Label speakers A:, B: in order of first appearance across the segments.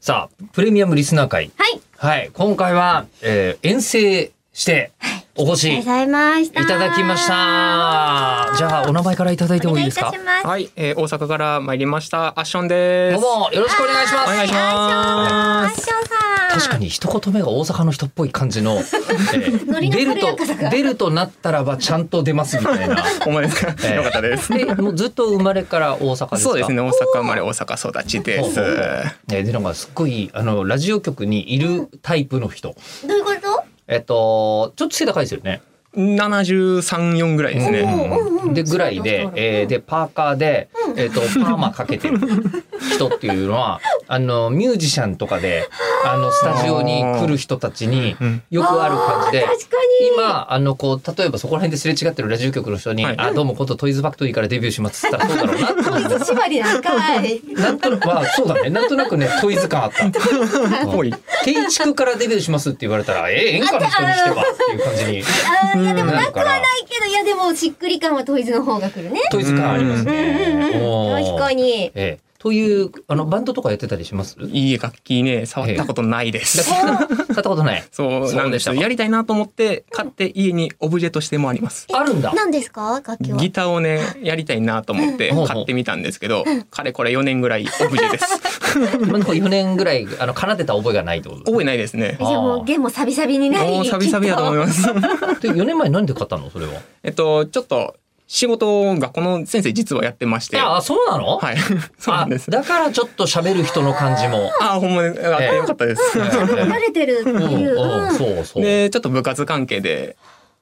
A: さあ、プレミアムリスナー会。
B: はい。
A: はい、今回は、えー遠征してお越
B: ありがとう
A: し
B: ご
A: い
B: ざいました。
A: ただきました。じゃあ、お名前からいただいて
B: お
A: もいいで
B: 願いい
A: すか
B: たします。
C: はい、えー、大阪から参りましたアッションで
A: ど
C: す。
A: うも、よろしくお願いします。
C: お願いし
B: あ
C: ま
B: っ
C: す。
B: しょさん。
A: 確か。に一言目が大阪の人っぽい感 じの、えー
B: ノリの
A: 出る
B: 軽や
A: と
B: かさが
A: 出るとなったらばちゃんと出ますみたいな。
C: お前ですか、
A: えー
C: よかったです。
A: で、もうずっと生まれから大阪ですか。
C: そうですね、大阪生まれ大阪育ちで
A: ほう
C: す
A: ほ。うほう。えでなんかすっごいあのラジオ局にいるタイプの人。
B: どういうこと？
A: えっとちょっと背高いですよね。
C: 七十三四ぐらいです
B: お
C: ね。
B: ーうんうん
A: でぐらい
B: そう
A: で
B: だ、
A: えーでパーカーで、えっとパーマかけてる人っていうの はあのミュージシャンとかであのスタジオに来る人たちに
C: うん
A: よくある感じで
B: あー。確か
A: 今あのこう例えばそこら辺ですれ違ってるラジオ局の人に「
C: はい
A: あどうもことトイズファクトリーからデビューします」っつったらそうだろうなって思
B: に。こいつ縛りなんかい。
A: うなん となくまあそうだねなんとなくねトイズ感あった。
C: ぽい。
A: 建築からデビューしますって言われたら、えー、演歌の人にしてはっていう感じに
B: あーでも
A: なる
B: なく
A: か
B: はな
A: ら
B: い、けど、いやでもしっくり感はトイズの方が来るね。
A: トイズ感ありますね。おー
B: 確かに。
A: ええという、あの、バンドとかやってたりします
C: いい楽器ね、触ったことないです。
A: 買ったことない。
C: そうなんです
A: そうでしたか
C: やりたいなと思って買って家にオブジェとしてもあります。
A: あるんだ。
B: 何ですか楽器は？
C: ギターをねやりたいなと思って買ってみたんですけど、かれこれ四年ぐらいオブジェです。
A: 今の4年ぐらい、あの、奏でた覚えがないってこと
C: 覚えないですね。
B: じゃあもう弦もサビサビになり。
C: もう久々やと思
B: き
C: い
B: っ
C: ます。
A: で、4年前なんで買ったのそれは。
C: えっと、ちょっと仕事を学校の先生実はやってまして。
A: あ
C: は
A: あ、そうなの
C: い。 そうなんです
A: あ。だからちょっと喋る人の感じも。
C: あ、ほんまに、あ
A: ええ
C: よかった です。
B: と慣れてるって
A: うん
B: いう。うん
A: うん、そうそう。
C: で、ちょっと部活関係で、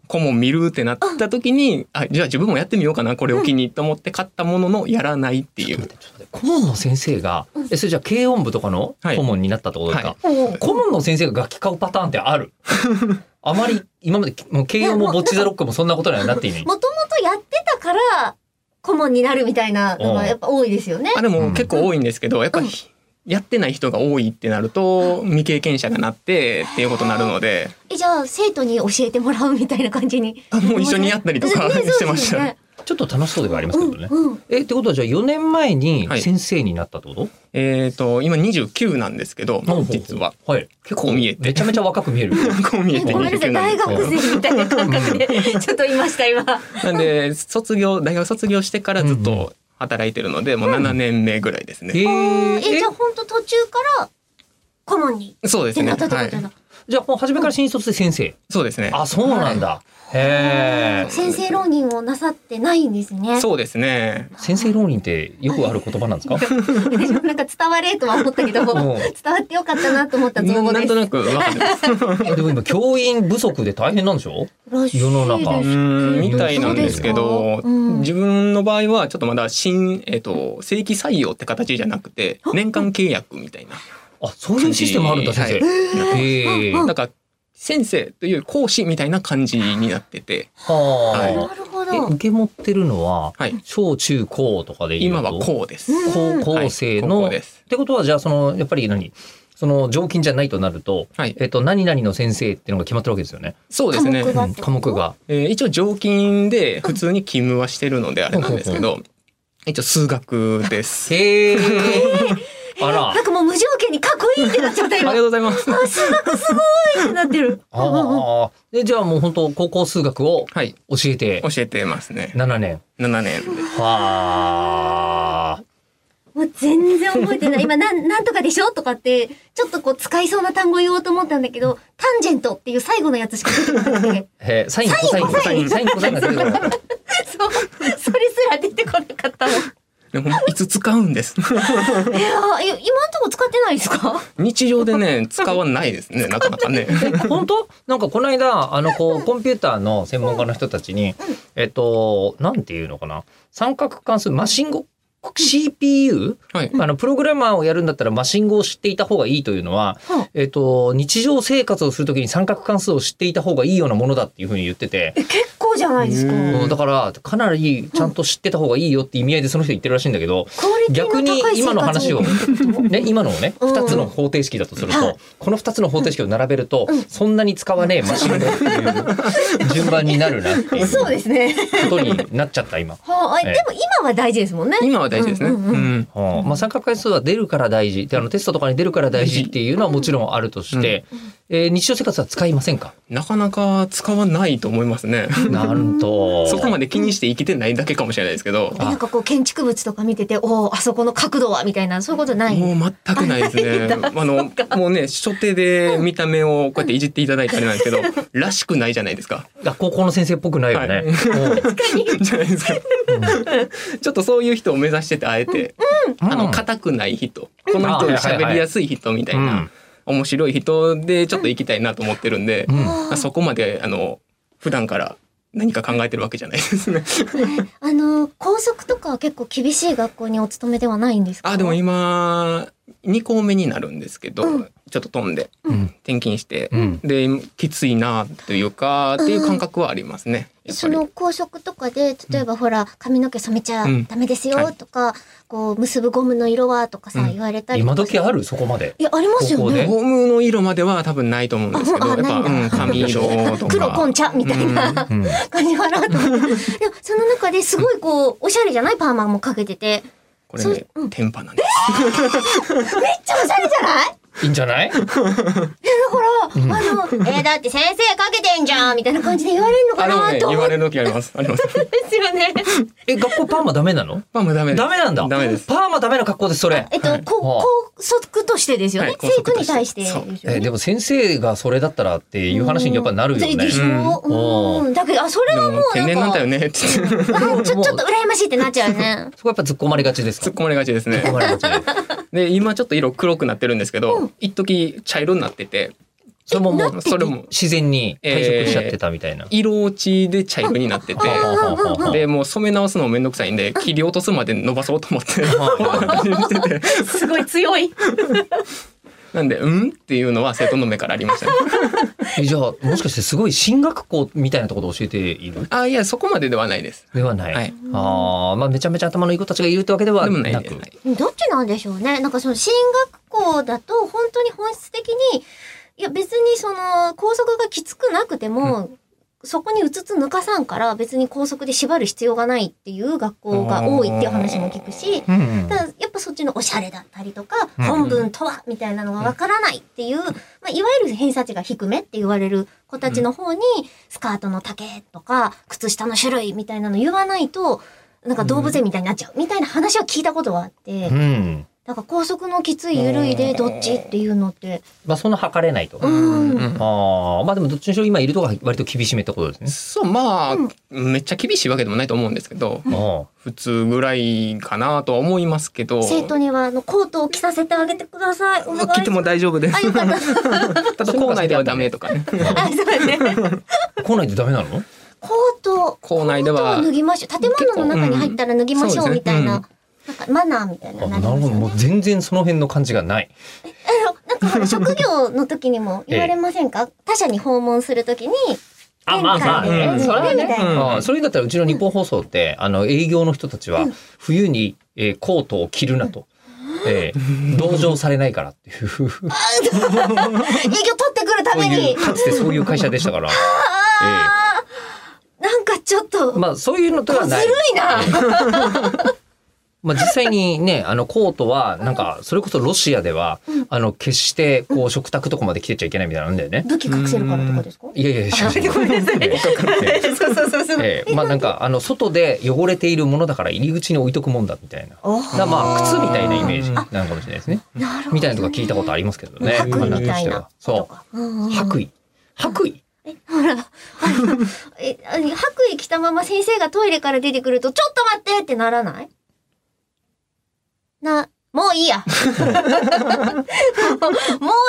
C: 顧問見るってなった時に、あ、じゃあ自分もやってみようかな、これを機にと思って買ったものの、やらないってい
A: ちょっ
C: う
A: と待。ってちょっと待って顧問の先生が、え、それじゃあ軽音部とかの
C: はい
A: 顧問になったってことですか、
C: は
B: おー
A: 顧問の先生が楽器買うパターンってあ るあまり今までもう慶応もボッチザロックもそんなことにはなっていない。
B: もともとやってたから顧問になるみたいなのがやっぱ多いですよね。
C: あ、で
A: う
C: も
A: ん
C: 結構多いんですけど、やっぱり、やってない人が多いってなると、未経験者がなってっていうことになるので、
B: えじゃあ生徒に教えてもらうみたいな感じに。
C: あ もう一緒にやったりとか
B: ねそうです
C: してました
B: よね
A: ちょっと楽しそうではあります
B: う
A: け
B: ん
A: どね。
B: うん。
A: え、ってことはじゃあ4年前に
C: はい
A: 先生になったってこと、
C: えっと、今29なんですけど、実は。。
A: はい。結
C: こう見えて
A: めちゃめちゃ若く 見える。
C: こう見えて
B: ごめんなさい
C: 29な
B: 大
C: んですけど
B: 学生みたいな感覚でちょっといました今。
C: なんで卒業大学卒業してからずっ
A: うんう
C: と働いてるので、もう7年目ぐらいです
A: え
C: ね。
A: ー、
B: えじ
A: え
B: ゃあ本当途中から顧問に
C: そうで
B: っ
C: す
B: て
C: ね。
B: なったって
C: は
B: こと
C: い。
B: だ。
A: じゃあもう初めから新卒で先生。
C: そうですね。
A: あ、そうなんだ。へえ。
B: 先生浪人をなさってないんですね。
C: そうですね。
A: 先生浪人ってよくある言葉 なんですか
B: 私 もなんか伝われとは思ったけど、伝
A: ん
B: わってよかったなと思った造
C: な
B: 語
C: な
B: で
C: ん
B: す
C: と。なく分かってます。
A: でも今教員不足で大変なんでしょ
B: らしいです
A: 世の中
C: うーんみたいなんですけど、
B: うん
C: 自分の場合はちょっとまだ新えっ、と正規採用って形じゃなくて年間契約みたいな
A: あ、そういうシステムあるんだ先生。
C: は
A: へえ。
C: なんか先生という講師みたいな感じになってて、
A: はあ。
B: なるほ
A: え
B: ど。
A: 受け持ってるのは
C: はい。
A: 小中高とかで言う
C: 今
A: と
C: はこうです。
B: うん
A: 高校生の、
C: はい高校
A: っ
C: です
A: てことはじゃあそのやっぱり何その常勤じゃないとなると、
C: はい。
A: えっと何々の先生っていうのが決まってるわけですよね。
C: そうですね。
B: 科目が
A: うん科目が。
C: えー一応常勤で普通に勤務はしてるのであれなんですけど、一応数学です。
A: へえ。あら
B: な。んかもう無条件にかっこいいってなっちゃった
C: あり
B: 今。
C: がとうございます。
B: ってなってる。
A: ああ。でじゃあもう本当高校数学を
C: はい、
A: 教えて
C: 教えてますね。
A: 7年。
C: 7年で。
A: はあ。
B: もう全然覚えてない。今、なん、なんとかでしょとかって、ちょっとこう使いそうな単語言おうと思ったんだけど、タンジェントっていう最後のやつしか出てこなく て。
A: へえサインコサイン
B: コサイン
A: サインコサインが出てくる。
B: そう、それすら出てこなかったもん。
C: でもいつ使うんです。
B: いやー、い今んとこ使ってないですか
C: 日常でね、使わないですね、なかなかね。
A: 本当なんかこの間あのこうコンピューターの専門家の人たちに、えっとなんていうのかな三角関数マシン語 CPU
C: はい。
A: あのプログラマーをやるんだったらマシン語を知っていた方がいいというのは、
B: うん
A: えっと日常生活をするときに三角関数を知っていた方がいいようなものだっていうふうに言ってて
B: え結構じゃないですか。
C: うん
A: うんだからかなりちゃんと知ってた方がいいよって意味合いでその人言ってるらしいんだけど、
B: クオリティの高
A: 逆
B: い生活
A: に今の話 をね、今のをね
B: うん
A: 2つの方程式だとすると、
B: はい
A: この2つの方程式を並べると、
B: うん
A: そんなに使わねえマシンだっていう順番になるなっていう
B: そうですね。
A: ことになっちゃった今。
B: はあ、
A: ええ
B: でも今は大事ですもんね。
C: 今は大事ですね。
B: うんうんうん
C: うん
A: はあまあ、三角関数は出るから大事であのテストとかに出るから大事っていうのはもちろんあるとして、えー日常生活は使いませんか
C: なかなか使わないと思いますね。
A: なんと
C: そこまで気にして生きてないだけかもしれないですけど
B: え。なんかこう建築物とか見てて、おお、あそこの角度はみたいな、そういうことない。
C: もう全くないですね。
B: あ
C: あの、もうね、初手で見た目をこうやっていじっていただいたあれなんですけど、らしくないじゃないですか。
A: あ高校の先生っぽくないよね。
C: はい
A: うん
C: じゃないですか。ちょっとそういう人を目指してて、あえて、あ
A: う
C: の、
A: ん、
C: 硬くない人。この人より喋りやすい人みたいうなん面白い人でちょっと行きたいなと思ってるんで、
A: うん
C: まあそこまで、あの、普段から何か考えてるわけじゃないですね。
B: あの、校則とかは結構厳しい学校にお勤めではないんですか
C: あ、でも今、2校目になるんですけど、
B: うん
C: ちょっと飛んで、
A: うん
C: 転勤して、
A: うん
C: で、きついなというか、っていう感覚はありますね。やっぱ
B: そ
C: り。
B: の校則とかで、例えばほら、髪の毛染めちゃダメです
C: うんは
B: よ
C: い
B: とか、こう、結ぶゴムの色はとかさ、
C: うん
B: 言われたりとか。
A: 今時あるそこまで。
B: いや、ありますよね。
C: ゴムの色までは多分ないと思うんですけど、
B: あ
C: やっ
B: ほんあない
C: ぱ、
B: んだ
C: うん、髪色とか。
B: 黒紺茶みたいな
A: うん
B: 感じかなと思って。でも、その中ですごいこう、おしゃれじゃないパーマもかけてて。
C: これね
B: そうう、ん
C: テンパなんです。
B: めっちゃおしゃれじゃない
A: いいんじゃない
B: え、だから、 あの、えーだって先生かけてんじゃんみたいな感じで言われるのか
C: あ、でも
B: な
C: ね、
B: と
C: 言
B: 思
C: わ
B: うん
C: れる時あります。あります。
B: ですよね。
A: え、学校パーマダメなの
C: まあ、もうダメです。
A: ダメなんだ。
C: ダメです。
A: パーマダメな格好です、それ
B: え。っと、こ
A: はあ
B: 校則としてですよね
C: は。い校
B: 生
C: 則
B: 徒
C: と
B: に
C: して
B: 対して
C: そう
B: ですよ
A: え、
B: ね。
A: でも先生がそれだったらっていう話にやっぱなるよ
B: で
A: ね
B: で。しょ
A: うん。
B: うん。だけど、あ、それ
C: で
B: はも
C: も
B: う、
C: 天然な
B: なん
C: んだ
B: か、
C: よねって突 っ
B: あ ちょ、ちょっと羨ましいってなっちゃうよね
A: そこやっぱ突っ込まれがちですか。
C: 込まれがちです
A: 突っ込
C: ね。
A: まれがちね。
C: で、今ちょっと色黒くなってるんですけ
B: う
C: ど、一時茶色になってて、
A: それも も
C: な
A: う
C: っててそれも
A: 自然に退職しちゃってたみたいな。
C: 色落ちで茶色になってて、
A: はあはあはあはあ
C: で、もう染め直すのもめんどくさいんで、切り落とすまで伸ばそうと思って、してて。
B: すごい強い。
C: なんで、うんっていうのは生徒の目からありましたね。
A: えじゃあもしかしてすごい進学校みたいなところで教えている
C: あ、いや、そこまでではないです。
A: ではない。
C: はい。
A: ああ、まあめちゃめちゃ頭のいい子たちがいるってわけでは
C: でもない
A: な
C: で
A: く。
C: す。はい
B: どっちなんでしょうね。なんかその進学校だと本当に本質的に、いや別にその校則がきつくなくても、そこにうつつ抜かさんから別に校則で縛る必要がないっていう学校が多いっていう話も聞くし、
A: うんうん
B: ただやっぱそっちのおしゃれだったりとか、
A: うん
B: 本文とはみたいなのがわからないっていう、まあ、いわゆる偏差値が低めって言われる子たちの方に、スカートの丈とか、靴下の種類みたいなの言わないと、なんか動物園みたいになっちゃうみたいな話は聞いたことはあって
A: う、ん。
B: なんか高速のきつい緩いでどっちっていうのって、
A: まあそんな測れないと。
B: う
A: あ
B: ん。
C: うん
A: あ、まあでもどっちにしろ今いるとこが割と厳しめってことですね。
C: そうまあ、めっちゃ厳しいわけでもないと思うんですけど
A: あ
C: 普通ぐらいかなとは思いますけど
B: 生徒にはあのコートを着させてあげてください。お願いします
C: 来ても大丈夫です
B: あ、よかった。あ、そ
C: ただ校内ではダメとかね
B: うですね。
A: あ来ないとダメなの？
B: コート、
C: 校内で
B: コート
C: は
B: を脱ぎましょう。建物の中に入ったら脱ぎましょうみたいな、
C: うん
B: なんかマナーみたい な
A: あ
B: の
A: な
B: に
A: るほ
B: なりま
A: ど。
B: すよ
A: もう。
B: ね
A: 全然その辺の感じがない。
B: あのなんかほら職業の時にも言われません か、他社に訪問するときに、
A: あまあまあ
B: 玄関
C: うん
B: で
C: それ
A: はね
B: みたいな。
C: うん
A: あそれだったらうちの日本放送って、あの営業の人たちは冬に、えーコートを着るなと、えー同情されないからっていうそ
B: 営業取ってくるた
A: う
B: め
A: い
B: に
A: う、かつてそういう会社でした から、
B: なんかちょっと、
A: えーまあそういうのとは
B: ず
A: な
B: る
A: い。
B: いな。
A: まあ、実際にねあのコートはなんかそれこそロシアでは、あの決してこう食卓とかまで着てちゃいけないみたいなのあるんだよね。
B: 武器隠せるからとかですか
A: いやいやいや、
B: あごめんなさい そうそうそうそう。
A: ええまあなんかあの外で汚れているものだから入り口に置いとくもんだみたいな。だ
B: お
A: からまあ靴みたいなイメージ
C: あ
A: なのかもしれないですね。
B: なるほど
A: みたいなとか聞いたことありますけどね。
B: 白衣みた
A: 話とし
B: い
A: て
B: な
A: は。そ
B: うんうん
A: う。白衣。白衣
B: ほら、あのえ、あの白衣着たまま先生がトイレから出てくると、ちょっと待ってってならないな、もういいや。 もう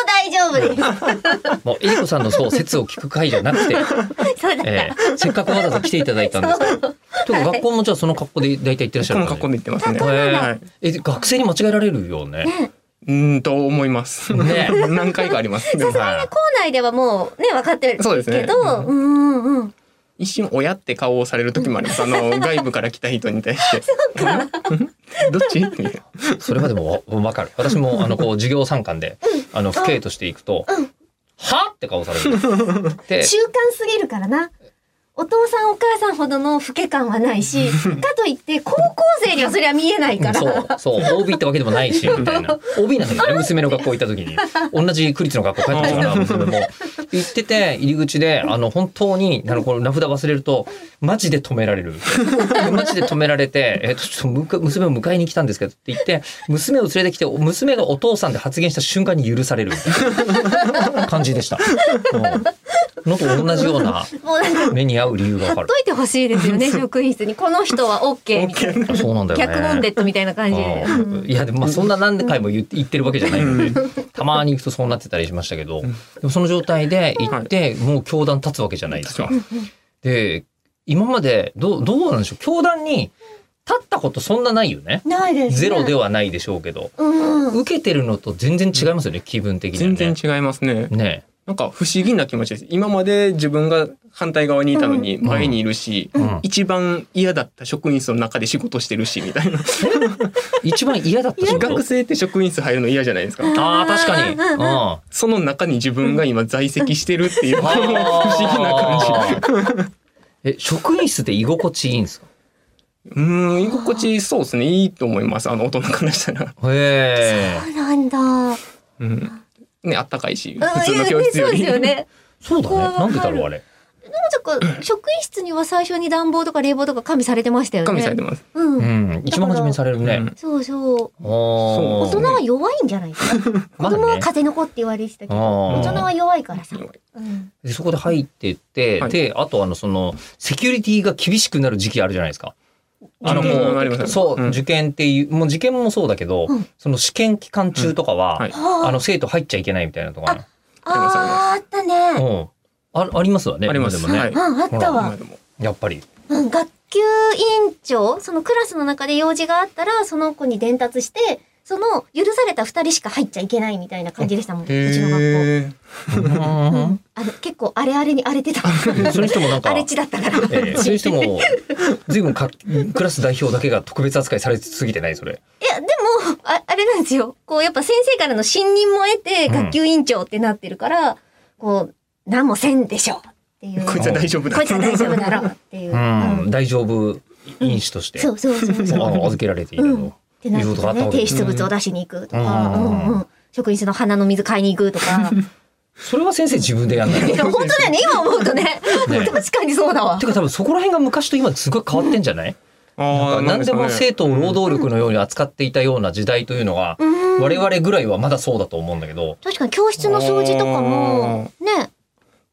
B: 大丈夫で
A: もうえりこさんのそう説を聞く会じゃなくて、
B: す。そうだった。
A: ええせっかくわざわざ来ていただいたんですけど。とか学校もじゃあその格好で大体行ってらっしゃ
C: こ
A: る
C: の
A: 感
C: 格
A: じ
C: 好で言ってますね、
A: へえ
C: はい
A: え学生に間違えられるよね。
B: ね、
C: うーんと思います、
A: ね
C: 何回かあります
A: はい
B: 校内ではもうね、分かってるけど、
C: そうですね
B: うんうんうん。
C: 一瞬親って顔をされる時もあります。あの外部から来た人に対して。うんどっちっていう。
A: それはでもわわかる。私もあのこう授業参観で、あの父兄としていくと、はって顔されるんです。 で、
B: 中間すぎるからな。お父さんお母さんほどの老け感はな いし、かといって高校生にはそれは見えないから。
A: そうそう OB ってわけでもないしみたいな OB なんだけどね娘の学校行った時に同じ区立の学校帰ってきたから娘も行ってて入り口であの本当にあのこの名札忘れるとマジで止められるマジで止められて「えっとちょっとむか娘を迎えに来たんですけど」って言って娘を連れてきて娘がお父さんで発言した瞬間に許されるみたいな感じでした。うん、のと同じような
B: もうなんか、
A: 目に遭う理由がわか
B: ほっ
A: る
B: と。いてほしいですよね、職員室に。この人は OK みたいな。
A: そうなんだよね。
B: 脚本デッドみたいな感じで。
A: うんいやでもまあそんな何回も言って言ってるわけじゃないのでたまに行くとそうなってたりしましたけどでもその状態で行ってもう教団立つわけじゃないですか。で今までどうどうなんでしょう教団に立ったことそんなないよね。
B: ないです、ね。
A: ゼロではないでしょうけど
B: うん。
A: 受けてるのと全然違いますよね気分的には
C: 全
A: ね。
C: 然違いますね。
A: ね
C: なんか不思議な気持ちです。今まで自分が反対側にいたのに
A: ん
C: 前にいるし、
A: うん
C: 一番嫌だった職員室の中で仕事してるしみたいな。
A: 一番嫌だった仕事
C: 学。生って職員室入るの嫌じゃないですか。
A: ああ確かに。うん。あ
C: その中に自分が今在籍してるっていうこの不
A: ー
C: 思議な感じ。
A: え職員室で居心地いいんですか。
C: うーん、居心地そうですね。いいと思います。あの大人からしたら。
A: へえ。
B: そうなんだ。
C: うん。ね、あったかいし、
B: うん
C: 普通の教室よ
B: い
C: り。
B: やねそうですよね。
A: そうだね。なんでだろうあれ。
B: でもなんか職員室には最初に暖房とか冷房とか加味されてましたよね。
C: 加味されてます。
B: うん。
A: うん、一番初めにされるね。
C: うん
B: そう
A: あ
B: そう。
A: ー
C: そ
B: 大
C: う
B: 人は弱いんじゃないですか。 子供は風の子って言われてたけど、
A: あ
B: 大
A: ー
B: 人は弱いからさ。うん。
A: でそこで入ってって、
C: はい
A: であとあのそのセキュリティが厳しくなる時期あるじゃないですか。あの
C: 受験
A: もう
C: ありますね
A: そう、
C: うん
A: 受験っていうもう受験もそうだけど、
B: うん
A: その試験期間中とかは、
C: うんはい
B: は
A: あの生徒入っちゃいけないみたいなとかね。
B: ああーあったね。
A: うんあありますわね。
C: あります
A: 今でもね、
C: はい
B: うん、あった
C: 今
B: わ。
C: でも。
A: やっぱり。
B: うん、学級委員長、そのクラスの中で用事があったら、その子に伝達して、その許された二人しか入っちゃいけないみたいな感じでしたもん、うちの学
C: へ
B: 校。うん、あの結構あれあれに荒れてた。
A: それにしてもなんか
B: 荒れ地だったから。
A: ええそれにしても随分かクラス代表だけが特別扱いされすぎてないそれ。
B: いや、でも、ああれなんですよ。こう、やっぱ先生からの信任も得て、
A: うん
B: 学級委員長ってなってるから、こう、何もせんでしょうっていう。
C: ーこいつは大丈夫だ。
B: こいつは大丈夫だろうっていう。
A: うん、
B: うん
A: 大丈夫因子として、
B: そうそうそう
A: あ
B: そう。
A: の
B: っ
A: 預けられている
B: う
A: の。
B: んてなって
A: いうことがあ
B: た
A: った
B: ね。
A: わけで
B: 提
A: す
B: 出物を出しに行くとか、
A: う
B: うんんうん職員室の花の水買いに行くと か。
A: それは先生自分でやんない
B: いや、本当だよね。今思うとね。
A: ね
B: 確かにそうだわ
A: て。か多分そこら辺が昔と今すごい変わってんじゃない、
C: ああ、
A: 何でも生徒を労働力のように扱っていたような時代というのが、
B: うん
A: 我々ぐらいはまだそうだと思うんだけど、
B: 確かに教室の掃除とかも、ね。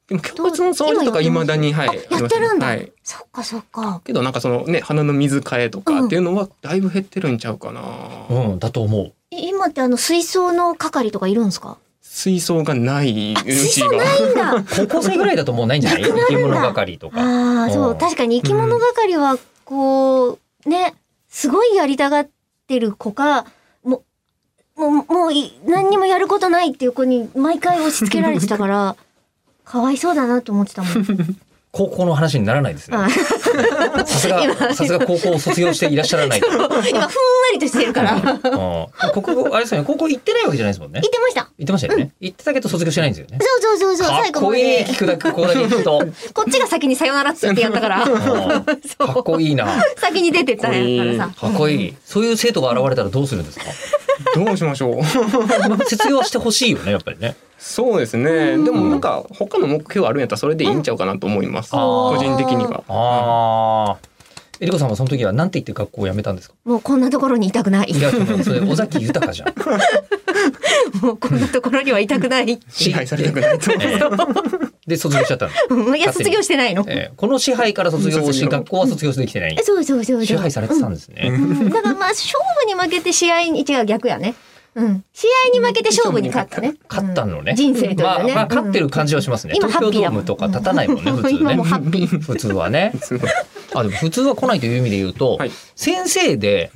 C: でも教室の掃除とかいまだに、はい。
B: あやってるんだ。
C: はい。
B: そっかそっか。
C: けどなんかそのね、花の水替えとかっていうのはだいぶ減ってるんちゃうかな。
A: うん、だと思う。
B: い今ってあの水槽の係とかいるんですか
C: 水槽がない、う
B: あ水
C: ち
B: 槽
C: は。
B: ないん だあ
A: 高校生ぐらいだともうないんじゃない生き物係とか。
B: あーそううん確かに生き物係はこうねすごいやりたがってる子かもうもうもうい何にもやることないっていう子に毎回押し付けられてたから かわいそうだなと思ってた もん。
A: 高校の話にならないですね
B: あ。
A: さすが、さすが高校を卒業していらっしゃら ない。うん
B: 今ふんわりとしてるから。 言っ
A: 国語、あれですよね、高校行ってないわけじゃないですもんね。
B: てました。
A: 行ってましたよね。行ってたけど卒業してないんですよね。
B: そうそうそうそう
A: か
B: 最
A: っ
B: 後ま
A: こいい、
B: で
A: 聞くだけ、ここだけ聞くと。
B: こっちが先にさよならっつってやったから
A: うんかっ
B: そ
A: こいいな。
B: う先に出てったやからさ。
A: かっこいい。そういう生徒が現れたらどうするんですか。
C: どうしま しょう。
A: 節用はしてほしいよね、やっぱりね。
C: そうですね。でもなんか他の目標あるんやったらそれでいいんちゃうかなと思いま
A: う
C: す。
A: ん
C: 個人的には。
A: ああ。えりこさんはその時はなんて言って学校を辞めたんですか。
B: もうこんなところにいたくない
A: い。や、でもそれ尾崎豊じゃん。
B: もうこんなところにはいたくない。
C: 支配されたくないと思う。
A: ええで、卒業しちゃったの。
B: うんいや、卒業してないの。え
A: ええこの支配から卒業
C: 卒
A: し、
C: 業
A: 学校は卒業できてない。
B: そうそうそうそう。
A: 支配されてたんですね。
B: うんだからまあ、勝負に負けて試合に、違う、逆やね。うん。試合に負けて勝負に勝ったね。
A: 勝ったのね。
B: 人生という
A: まあ、
B: ね。
A: まあ、勝ってる感じはしますね。
B: 今
A: 東京
B: ハッピー
A: ドー
B: だも
A: ム
B: ん
A: とか立たない もんね、普通
B: 今
A: ね
B: も。ハッピー。
A: 普通は ね。あ、でも普通は来ないという意味で言うと、
C: はい
A: 先生で、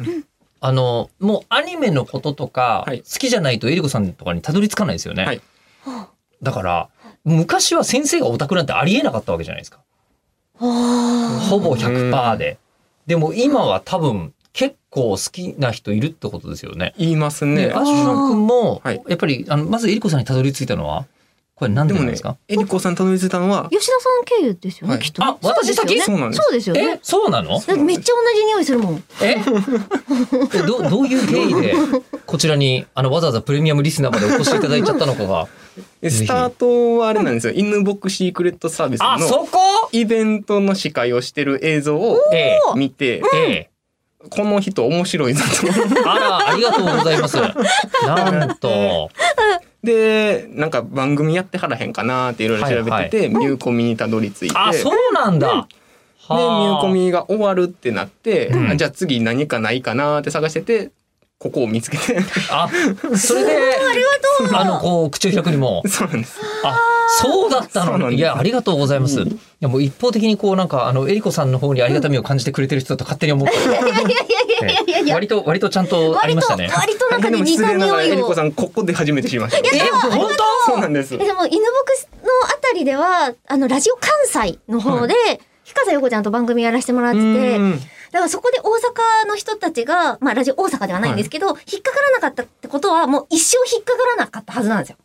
A: あの、もうアニメのこととか、
C: はい
A: 好きじゃないとエリコさんとかにたどり着かないですよね。
C: はい
B: はあ
A: だから、昔は先生がオタクなんてありえなかったわけじゃないですか。
B: あ
A: ほぼ100%で。でも今は多分結構好きな人いるってことですよね。
C: 言います
A: ね、
C: ね。
A: アシュロ君も
C: はい、
A: やっぱり、あの、まずエリコさんにたどり着いたのは、これなん
C: で
A: でな
C: も
A: ん
C: ね
A: ですか、
C: えりこさんたどり着いたのは
B: ー、、吉田さん経由ですよね、
C: はい
B: きっと。
A: あ私
B: そうですよね
C: 先そうなんです
B: そうですよね。
A: え、そうなの
B: だってめっちゃ同じ匂いするもん。
A: え えどどういう経緯で、こちらに、あの、わざわざプレミアムリスナーまでお越しいただいちゃったのかが。
C: え
A: ぜひ
C: スタートはあれなんですよ。犬ボックシークレットサービス
A: あ、
C: の
A: そこ
C: イベントの司会をしてる映像を
A: え
B: お
C: 見て、
A: え、え
C: この人面白いぞ
A: え
C: と。
A: あら、ありがとうございます。なんと、
C: で、なんか番組やってはらへんかなっていろいろ調べてて、ミューコミにたどり着いて。
A: あ、そうなんだ。は
C: でミューコ
A: あ
C: ミが終わるってなって、
A: うん
C: あじゃあ次何かないかなって探しててここを見つけて
A: あ、それで、あの、こう、口を開くにも、
C: そうなんです
A: あ、そうだった
C: そうなん
A: の。
C: です
A: いや、ありがとうございます。
C: うん
A: いや、もう一方的にこう、なんか、あの、えりこさんの方にありがたみを感じてくれてる人だと勝手に思って
B: いやいやいや いやいやい
A: て、
B: や。
A: 割と、割とちゃんとあり
B: 割
A: まし
B: と、
A: たね。
B: 割となんか
C: で
B: ね、
C: も
B: 似
C: 失
B: た
C: 礼ながらえ
B: 匂い
C: り
B: を
C: こ。さんここで初めて知りました
A: え、本当
C: そうなんです
B: えでも、犬ボックスのあたりでは、あの、ラジオ関西の方で、ひかざよこちゃんと番組やらせてもらってて、
C: う
B: だ
C: ん
B: からそこで大阪の人たちが、まあ、ラジオ大阪ではないんですけど、引っかからなかったってことは、もう一生引っかからなかったはずなんですよ。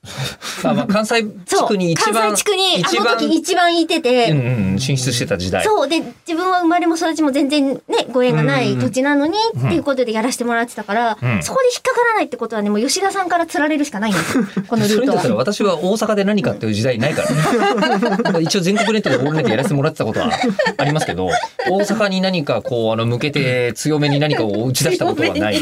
A: あまあ関西地
B: そ
A: 区
B: う。
A: に一番、
B: 関西地区に、
A: 一
B: あの
A: 番、
B: 時一番いてて、
A: うんうん、進出してた時代。
B: そう。で、自分は生まれも育ちも全然ね、ご縁がない
C: うん
B: 土地なの
A: ん
B: に、っていうことでやらせてもらってたから、
A: うん
B: そこで引っかからないってことはね、もう吉田さんから釣られるしかないん ですよ。このル
A: そ
B: ー
A: れ
B: ト
A: だったら
B: は。
A: 私は大阪で何かっていう時代ないから ね一応全国ネットでオールネットやらせてもらってたことはありますけど大阪に何かこうあの向けて強めに何かを打ち出したことは ない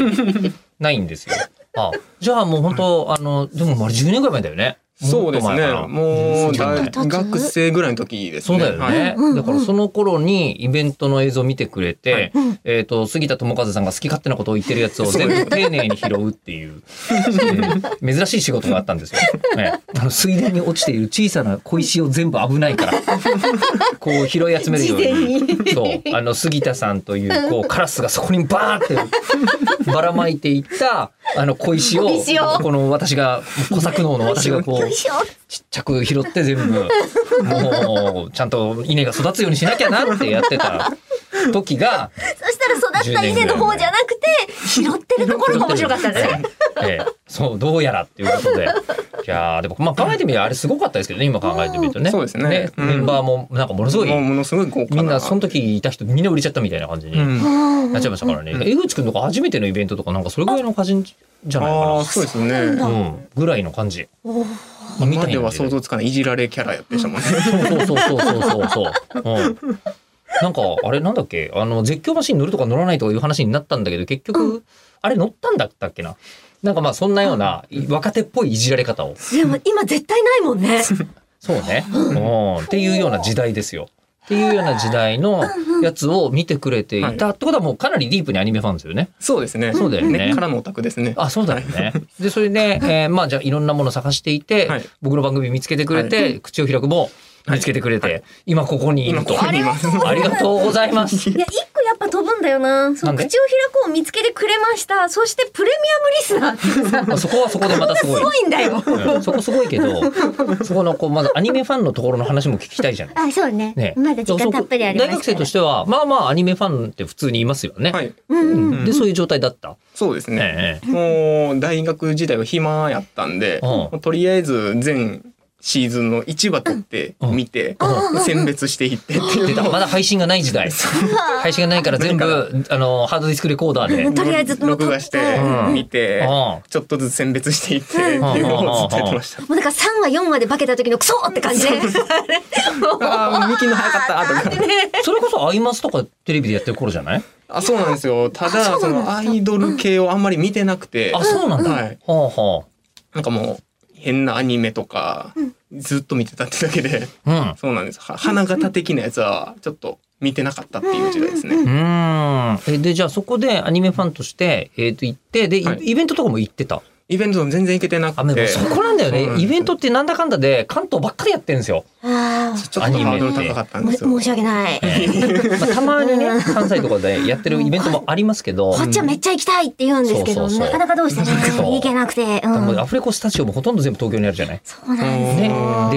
A: ないんですよ。あじゃあもう本当あのでもあれ10年ぐらい前だよね。
C: そうです
A: もっと前
C: ね
A: かな
C: もう大
B: ちょっと経つ
C: 学生ぐらいの時です
A: そ
C: ね
A: うだよ
C: はい
A: ね、
B: うんうんうん
A: だからその頃にイベントの映像を見てくれて、
C: はい
B: うん
A: えっ、と杉田智和さんが好き勝手なことを言ってるやつを全部丁寧に拾うっていう、えー珍しい仕事があったん ですよ、ね、あの水田に落ちている小さな小石を全部危ないからこう拾い集めるようにそうあの杉田さんというこうカラスがそこにバーってばらまいていったあの小石を
B: 小石を
A: この私が小作能の私がこ
B: よ
A: う
B: いしょ
A: ちっちゃく拾って全部、もう、ちゃんと稲が育つようにしなきゃなってやってた時が、
B: そしたら育った稲の方じゃなくて、拾ってるところが面白かったんですね。
A: ええそう、どうやらっていうことで。いやーでも、まあ考えてみればあれすごかったですけどね、今考えてみるとね。
C: そうですねうん
A: メンバーもなんかものすごい、
C: もうものすごい豪華
A: みんなその
C: な
A: 時いた人みんな売れちゃったみたいな感じに
C: うん
A: なっちゃいましたからね。江口くんとか初めてのイベントとかなんかそれぐらいの感じじゃない
C: ああ
A: か
C: そうです
A: な。
C: ね
A: うん、ぐらいの感じ。
B: おー
A: まあみ
C: 今
A: たい
C: で
A: な
C: は
A: ね
C: 想像つかないいじられキャラやってしたもんね
A: そうそうそうそうそうそうそう。うん。なんかあれなんだっけあの絶叫マシン乗るとか乗らないとかいう話になったんだけど結局、あれ乗ったんだったっけな。なんかまあそんなような若手っぽいいじられ方を
B: でも今絶対ないもんね。
A: そうね、うん、っていうような時代ですよ。っていうような時代のやつを見てくれていたってことはもうかなりディープにアニメファンですよね。
C: そうですね
A: そうだよね
C: 根っからのオタクですね
A: あそうだよね。でそれで、えーまあじゃあいろんなもの探していて、
C: はい
A: 僕の番組見つけてくれて、
C: は
A: 口を開くも見つけてくれて、今ここにい
C: 今
A: る。
C: ことこにいます
A: ありがとうございます。
B: い や、一個やっぱ飛ぶんだよな。そ
A: なん
B: の
A: で
B: 口を開こう見つけてくれました。そしてプレミアムリスナーってさ、
A: まあそこはそこで またすごい。
B: 多いんだ よ。
A: うんそこすごいけど、そこのこうまずアニメファンのところの話も聞きたいじゃない。
B: あ、そうね。
A: ね、
B: まだ時間たっぷりあります
A: 大学生としてはまあまあアニメファンって普通にいますよね。
C: はい
B: うん
A: うんでそういう状態だった。
C: そうですね
A: ええ
C: もう大学時代は暇やったんで、
A: うん
C: もうとりあえず全シーズンの1話取って
A: うん
C: 見て、
A: う
C: 選別していってって
A: ええ。
C: い
A: 出
C: う
A: たまだ配信がない時代。配信がないから全部あのハードディスクレコーダーで。う
B: うんんとりあえず
C: 録画して
A: うん
C: 見て、
A: あ
C: ちょっとずつ選別していってっていうのをずっとやってました。
B: もうなんか3話4話で化けた時のクソって感じで。
C: ああー、見切るの早かったとか。
A: それこそアイマスとかテレビでやってる頃じゃない？
C: あ、そうなんですよ。た
B: あ
C: だ、
B: そ
C: そう
B: なんですか
C: のアイドル系をあんまり見てなくて、
A: あそうなんだ。
C: はい。
A: はあは
C: なんかもう、変なアニメとか、ずっと見てたってだけで、
A: あ。
C: そうなんです。は花形的なやつは、ちょっと見てなかったっていう時代ですね。
A: うん。うーん。えでじゃあそこでアニメファンとしてえっ、と行ってで、い
C: はい
A: イベントとかも行ってた。
C: イベントも全然行けてな
A: あ
C: く
A: でも
C: て
A: そこなんだよ
C: そうなん
A: ね。
C: です
A: イ
C: よ
A: ベントってなんだかんだで関東ばっかりやってるんですよ。
B: あ
C: ちょっとハードル高かった
B: あ、
C: ん
B: も
C: ですよ。
B: 申し訳ない。
A: まあ、たまにね関西とかでやってるイベントもありますけど、
B: こっちはめっちゃ行きたいって言うんですけど、
A: そうそうそう
B: なかなかどうして
A: そう
B: ね、行けなくて。う
A: もうんアフレコスタジオもほとんど全部東京にあるじゃない。
B: そうなんです
A: ね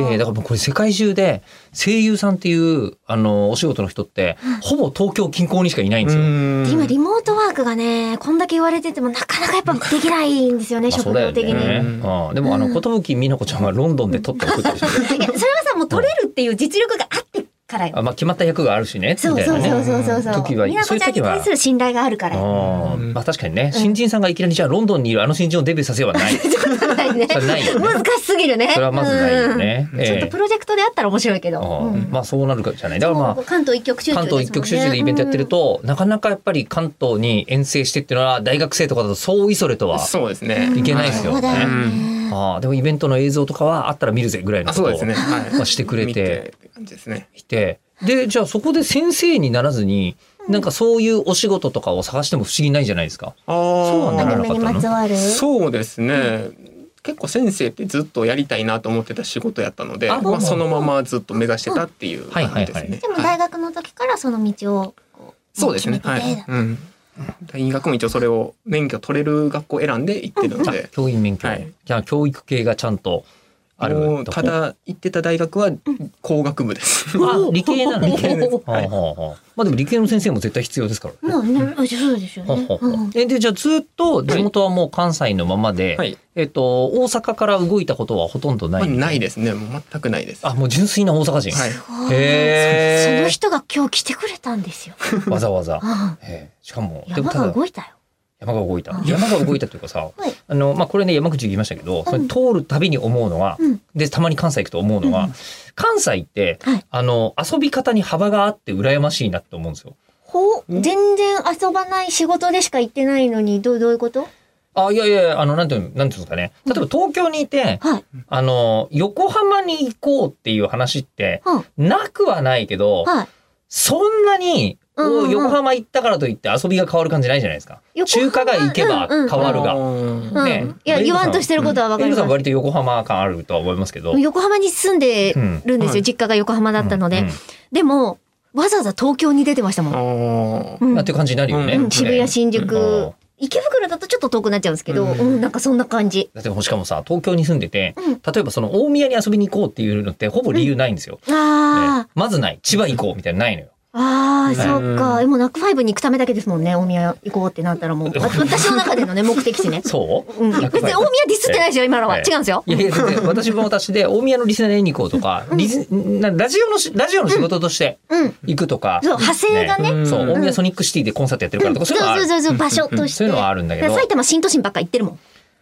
B: よ。、
A: でだからもうこれ世界中で声優さんっていうあのお仕事の人ってほぼ東京近郊にしかいないんですよ。
C: うん
B: 今リモートワークがね、こんだけ言われててもなかなかやっぱできないんですよね、
A: まあ
B: 職業的に。い
A: そうだ
B: や
A: よねうん、でもあの寿美奈子ちゃんはロンドンで撮って送ったり してる
B: それはさ、もう取れるっていう実力があってからよ。
A: あまあ決まった役があるしねみたい
B: そ
A: な
B: う
A: ね。
B: そうそうそうそうそう。
A: 時は
B: 美奈子ちゃんに対する信頼があるからよ。
A: うんまあ確かにね新人さんがいきなりじゃあロンドンにいるあの新人をデビューさせようはない。
B: ちょっとないね
A: それないよね
B: 難しすぎるね。
A: それはまずないよね。
B: うん。ちょっとプロジェクトであったら面白いけど。
A: ああ
B: うん
A: まあそうなるかじゃない。だからまあ
B: 関東一極集中
A: 関東一極集中でイベントやってると、
B: と。
A: なかなかやっぱり関東に遠征してっていうのは大学生とかだとそういそれとは。
C: そうですね。
A: いけないですよ
B: そうだよ
C: うん
B: ね。
A: ああでもイベントの映像とかはあったら見るぜぐらいの
C: あ
A: こと
C: そう
A: を
C: ですね。はい
A: まあしてくれて
C: 見てって感じですね。
A: いてでじゃあそこで先生にならずになんかそういうお仕事とかを探しても不思議ないじゃないですか。
C: あ
A: そう
B: ア
A: なんだ
B: ニ
C: あ
B: メにまつわる。
C: そうですね。結構先生ってずっとやりたいなと思ってた仕事やったので、
A: あ
C: ま
A: うん
C: あそのままずっと目指してたっていう感じです
A: はいはいは
C: ね
B: で。も
C: はい
B: 大学の時からその道をこう。
C: そうですね。
B: 決
C: は
B: めて
C: い。うん。大学も一応それを免許取れる学校選んで行ってるの
A: あ
C: で、
A: 教員免許、
C: はい
A: じゃあ教育系がちゃんとあ
C: も
A: る
C: う
A: とこ
C: ただ行ってた大学は工学部です。
A: あ理系なの
C: 理系です
A: はあはあはあまあでも理系の先生も絶対必要ですからね。
B: まあね、あそうですよ
A: はあ
B: ね
A: は。あ
B: う
A: は
B: ん
A: あえでじゃあずっと地元はもう関西のままで、
C: はい。
A: えっと、大阪から動いたことはほとんどな
C: まあ
A: い。
C: ないですね。もう全くないです。
A: あ、もう純粋な大阪人。
C: はい。
A: へ
B: そ
A: ー
B: の人が今日来てくれたんですよ。
A: わざわざ。
B: うん
A: ええしかも、でも
B: 山
A: た
B: が
A: だ、
B: 動いたよ。
A: 山が動いた
B: う。ん
A: 山が動いたというかさ、
B: はい
A: あの、まあ、これね、山口言いましたけど、それ
B: うん
A: 通るたびに思うのは、
B: うん
A: で、たまに関西行くと思うのは、
B: うん
A: 関西って、
B: はい
A: あの、遊び方に幅があって羨ましいなって思うんですよ。
B: ほう全然遊ばない仕事でしか行ってないのに、どう、どういうこと
A: あ、いやいや、あの、なんていうの、なんていうんですかね。例えば東京にいて、
B: はい。
A: あの、横浜に行こうっていう話って、
B: うん
A: なくはないけど、
B: はい。
A: そんなに、
B: うんうんうん
A: 横浜行ったからといって遊びが変わる感じないじゃないですか。中華街行けば変わるが。
C: が
B: うん
A: ね
B: いや、言わんとしてることはわか
A: エ
B: り
A: ル
B: ま
A: さん
B: す
A: は。割と横浜感あるとは思いますけど。
B: 横浜に住んで
A: うん
B: るんです
C: は
B: よ。
C: い
B: 実家が横浜だったの
A: うん
B: で。でも、わざわざ東京に出てましたもん。
C: あ
B: うん
A: なっていう感じになるよね。
C: うん
B: うん渋谷、新
A: うん
B: 宿。池袋だとちょっと遠くなっちゃうんですけど、
C: うん
B: うん、なんかそんな感じ。
A: だってもうしかもさ、東京に住んでて、
B: うん
A: 例えばその大宮に遊びに行こうっていうのってほぼ理由ないんですよ。
B: あ
A: ねまずない。千葉行こうみたいなのないのよ。
B: あ、ああ、そっか。
C: う
B: でもナックファイブに行くためだけですもんね。大宮行こうってなったらもう。わ私の中でのね、目的地ね。
A: そう
B: うん、別に大宮ディスってないですよ、今のは。
A: え
B: 違
A: え
B: うんですよ。
A: いやいや、全然私も私で大宮のリスナーに行こうとか、リスなラジオのし、ラジオの仕事として
B: うん。
A: 行くとか、
B: そう、派生がね。
C: うん
A: そう、
C: うん
A: 大宮ソニックシティでコンサートやってるからとか、そ
B: そ
A: う
B: う
A: いうのはあ
B: そ
A: る。
B: うそうそう、場所として。
A: そういうのはあるんだけど
B: 埼玉新都心ばっか行ってるも ん。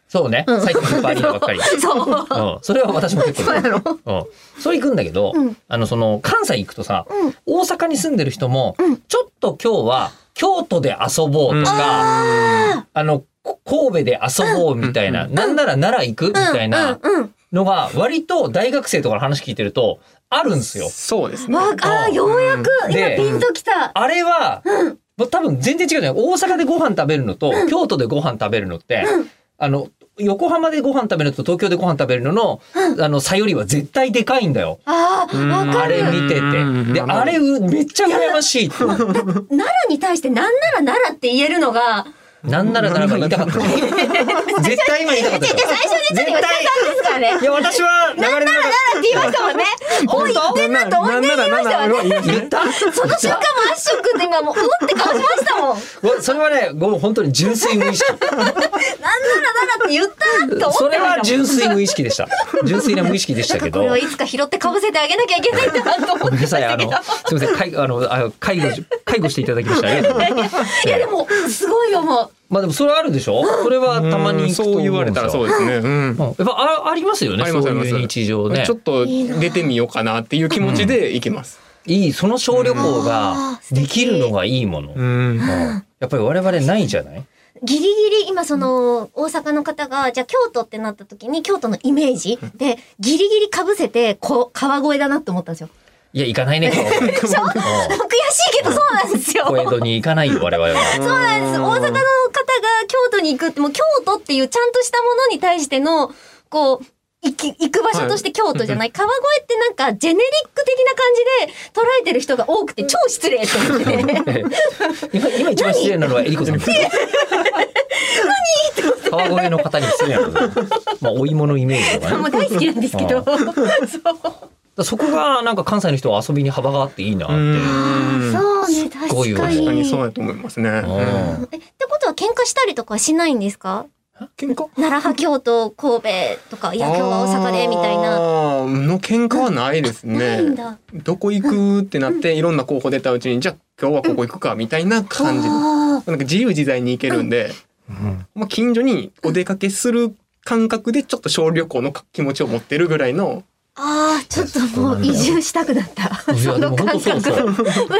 A: そうね。
B: うん
A: 最近スーパーアリーナばっかり。
B: そう。
A: うん、それは私も結構
B: そうやろ。
A: うん、それ行くんだけど、
B: うん
A: あのその関西行くとさ、
B: うん
A: 大阪に住んでる人も、
B: うん
A: ちょっと今日は京都で遊ぼうとか、
B: あ
A: あのこ神戸で遊ぼうみたいな、なんなら奈良行くみ
B: あ。
A: たいな
B: うん。うん
A: のが割と大学生とかの話聞いてるとあるんですよ。
C: そうです
B: うん。
C: ね。
B: わあー、ようやく、今
A: で
B: ピンときた。
A: あれは、もう多分全然違うじゃない大阪でご飯食べるのと、京都でご飯食べるのって、あの横浜でご飯食べるのと東京でご飯食べるのの、あの差よりは絶対でかいんだよ。
B: ああ、わ
A: あ
B: か
A: れ
B: る。
A: 見て
C: うん
A: て。で、
C: まあ
A: あれう、めっちゃ羨ましいって。
B: 奈良に対してなんなら奈良って言えるのが、
A: なんならなんか言いたか った。絶対今言いたかったでしょ。
B: 最初に言っ
A: 絶
B: たのが
A: 対。
B: なんですからね。
A: いや、私は流れの中
B: 奈良って言いましたもんね。おい、言ってんなと思いながら言いましたわね。
A: 言った
B: その瞬間もアッシュ君って今もう、うんって顔しました もん。
A: ごそれはね、ごめん、本当に純粋無意識。
B: なんなら奈良って言ったなと思
A: そ
B: って
A: れ
B: ました
A: は
B: もん。
A: 純粋無意識でした。純粋な無意識でしたけ
B: これ
A: ど
B: を。いつか拾ってかぶせてあげなきゃいけないんだなと思
A: ご
B: っ
A: めん
B: て
A: な
B: ました
A: さい、あ
B: け
A: の、
B: ど。
A: すみません、介あの、あの介護し、介護していただきました。ありがとうございます。
B: いやでも、すごいよ、もう。
A: まあでもそれはあるでしょそれはたまに行くと
C: そう言われたらそううですね。うん
A: ん。やっぱあありますよね、
C: あります
A: そう
C: あ
A: い
C: り
A: う
C: ます
A: 日常ね
C: ちょ。っと出てみようかなっていう気持ちで行きます。
A: いい、その小旅行
B: うん
A: ができるのがいいもの。
C: うん
A: やっぱり我々ないじゃない
B: ギリギリ、今その、大阪の方が、じゃあ京都ってなった時に、京都のイメージで、ギリギリ被せて、こう、川越だなって思ったんですよ。
A: いや、行かないね、今日。
B: でしょ悔しいけどそうなんですよ。
A: 小江戸に行かないよ、我々は。
B: そうなんです。大阪の方が京都に行くって、もう京都っていうちゃんとしたものに対しての、こう、行き、行く場所として京都じゃない。川越ってなんか、ジェネリック的な感じで捉えてる人が多くて、超失礼と思ってて。
A: 今、今一番失礼なのはえりこさんです。何川越の方に失礼なのは。まあ、お芋のイメージとかね。
B: もう大好きなんですけど。そう。
A: だからそこがなんか関西の人は遊びに幅があっていいなって。
C: うん
B: そうね、
A: ごいよ
B: 確
A: ね
B: か
C: 確かに
B: に。
C: そうだと思いますね。
A: うん
B: えってことは喧嘩したりとかはしないんですか
C: 喧嘩
B: 奈良派京都神戸とかいや今日は大阪でみたいな。
C: あーの喧嘩はないです
B: な
C: ね
B: い。んだ。
C: どこ行くってなっていろんな候補出たうちにじゃあ今日はここ行くかみたいな感じで
B: あ
C: なんか自由自在に行けるんで、まあ、近所にお出かけする感覚でちょっと小旅行の気持ちを持ってるぐらいの
B: あああ、ちょっともう移住したくなった。
A: いや
B: そ
A: でも
B: の
A: 本
B: 感
A: 当そ
B: 覚。
A: うそう
B: 羨ましい、確か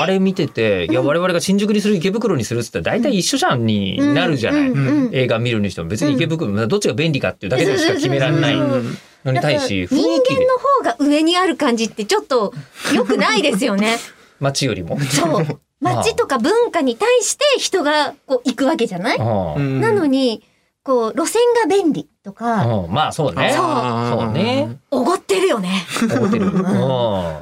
A: あれ見てて、いや、我々が新宿にする池袋にするっつったら大体一緒じゃんに
B: に。
A: なるじゃない。
B: うんうん
A: 映画見るにしても別に池袋、どっちが便利かっていうだけでしか決められない
B: うん
A: のに対し、雰
B: 人
A: 囲気
B: 間
A: で
B: の方が上にある感じってちょっと良くないですよね。
A: 街よりも。
B: そう。
A: まあ
B: 街とか文化に対して人がこう行くわけじゃない、
A: うん
C: うん
B: なのに、こう、路線が便利とか、
A: うんまあそうね。
C: あー
A: そうね。
B: おごってるよね。
A: ホテル。うん。い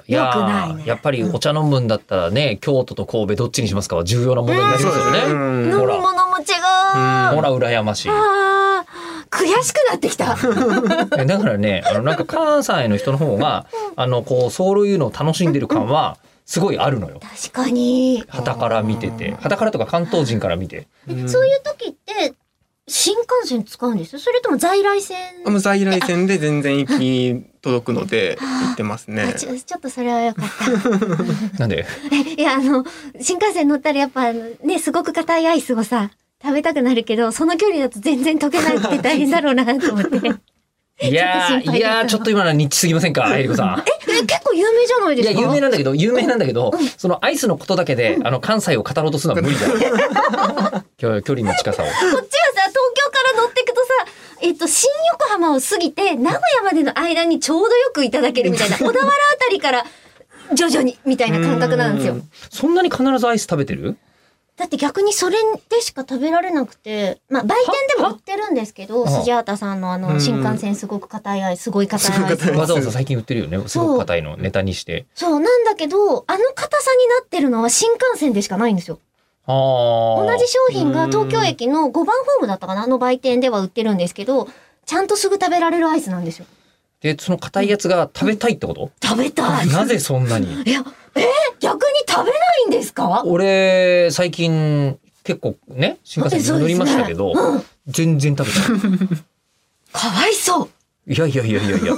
A: や
B: よくない
A: ー、
B: ね
A: やっぱりお茶飲むんだったらね、京都と神戸どっちにしますかは重要な問題になりますよね。
C: う
B: 飲
C: ん
B: み
A: ほら
B: 物も違う。
A: ほ
B: あ
A: ら、羨ましい。
B: あー、悔しくなってきた。
A: えだからね、あの、なんか関西の人の方が、あの、こう、そういうのを楽しんでる感は、すごいあるのよ。
B: 確かに。
A: 旗から見てて。旗からとか関東人から見 て。
C: うん
B: そういう時って、新幹線使うんですよそれとも在来線
C: あもう在来線で全然行き届くので行ってますね
B: あ。ちょちょっとそれはよかった。
A: なんで、
B: いや、あの、新幹線乗ったらやっぱ、あのね、すごく硬いアイスをさ、食べたくなるけど、その距離だと全然溶けなくて大変だろうなと思って。
A: いや
B: ちょっと心配だった
A: ー、いやー、ちょっと今のはニッチすぎません か、えりこさん。
B: え、結構有名じゃないで
A: いや、
B: すか
A: 有名なんだけど、有名なんだけど、そのアイスのことだけで、あの、関西を語ろうとするのは無理だよ。 距距離の近さを。
B: こっちはさ、東京から乗ってくとさ、えっと、新横浜を過ぎて、名古屋までの間にちょうどよくいただけるみたいな、小田原あたりから、徐々に、みたいな感覚なんですよ
C: うん。
A: そんなに必ずアイス食べてる
B: だって逆にそれでしか食べられなくて、まあ、売店でも売ってるんですけど、
A: はは
B: スジャータさんのあ
C: う
B: の、
C: ん
B: 新幹線すごく硬いアイス、すごい硬いアイ
C: すごい硬い
B: ス。
A: わざわざ最近売ってるよね。すごく硬いの、ネタにして。
B: そう、なんだけど、あの硬さになってるのは新幹線でしかないんですよ。
A: ああ。
B: 同じ商品が東京駅の5番ホームだったかな、あの売店では売ってるんですけど、ちゃんとすぐ食べられるアイスなんですよ。
A: で、その硬いやつが食べたいってこと
B: 食べたい。
A: なぜそんなに
B: いや、えー逆に食べないんですか
A: 俺、最近、結構ね、新幹線に乗りましたけど、全然食べ た
B: かわいそう。
A: い。いやいやいやいやいや、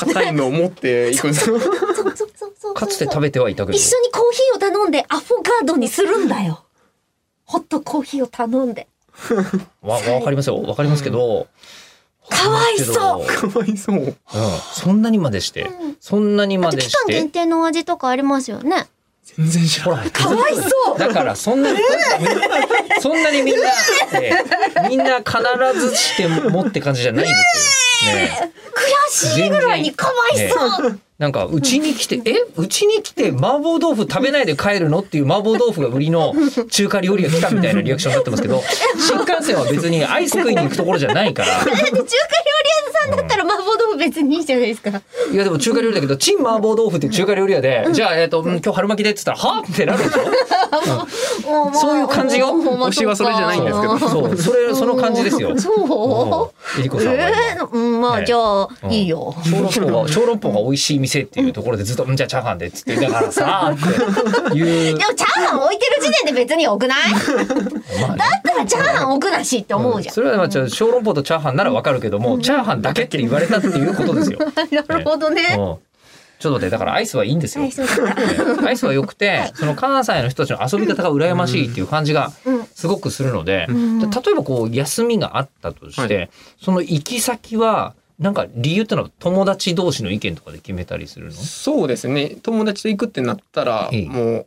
C: 硬いのを持って行くんですよ。
B: そうそうそうそうそう
A: かつて食べてはいたけど
B: 一、緒にコーヒーを頼んでアフォガードにするんだよ。ホットコーヒーを頼んで。
A: わ、わかりますよ。わかりますけど、
B: かわいそう
A: うん。
C: かわいそう。
A: そんなにまでして、そんなに
B: あ
A: ま
B: と
A: で
B: 期
A: し
B: 間限
A: て、
B: 定のお味とかありますよね。
C: 全然知
A: ほ
C: らな
A: ら
C: い。、
B: かわいそう。
A: だからそんなに、そんなにみんな、ええみんな必ずしてもって感じじゃないんですよ。ねえ
B: 悔しいぐらいにかわいそう。
A: なんか、うちに来て、えうちに来て麻婆豆腐食べないで帰るのっていう麻婆豆腐が売りの中華料理が来たみたいなリアクションになってますけど、新幹線は別にアイス食いに行くところじゃないから、
B: だって中華料理屋さんだったら麻婆豆腐別にいいじゃないですか。
A: いやでも中華料理だけど、チン麻婆豆腐っていう中華料理屋で、じゃあ、えっと、うん今日春巻きでって言ったら、はってなるでしょ
B: もまあ
A: そういう感じよ
B: もうまあ
C: 推しはそれじゃないんですけど
B: そう
A: そ
B: か
A: う、それ、その感じですよ。
B: そ
A: うん
B: う
A: えりこさんは
B: え
A: 今。
B: ー、うんまあ
A: ね
B: じゃあ、
A: うん
B: いいよ。
A: 小籠包が、小籠包が美味しい店っていうところでずっと、うん、じゃあチャーハンでっつって、だからさ、っていう
B: で、もチャーハン置いてる時点で別に多くないだ
A: まあね
B: ったらチャーハン置くなしって思うじゃん。
A: それはまあちょ小籠包とチャーハンならわかるけども、チャーハンだけって言われたっていうことですよ。うん
B: なるほど
A: ち
B: ね。
A: ょっと待ってだからアイスはいいんですよ。
B: はいそうだった
A: アイスは良くてその関西の人たちの遊び方が羨ましいっていう感じが
B: うん
A: すごくするので、
B: ん
A: で例えばこう休みがあったとして、その行き先はなんか理由ってのは友達同士の意見とかで決めたりするの
C: そうですね。友達と行くってなったら
A: ええ
C: もう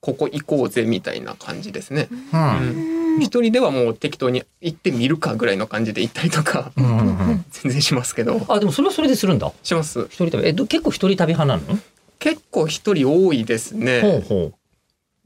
C: ここ行こうぜみたいな感じですね。
A: うん
C: うん
B: うんうん
C: 一人ではもう適当に行ってみるかぐらいの感じで行ったりとか
A: うんうんうん
C: 全然しますけど
A: あでもそれはそれでするんだ
C: します
A: 一人旅えど結構一人旅派なの、
C: 結構一人多いです
A: ほう
C: ね
A: ほう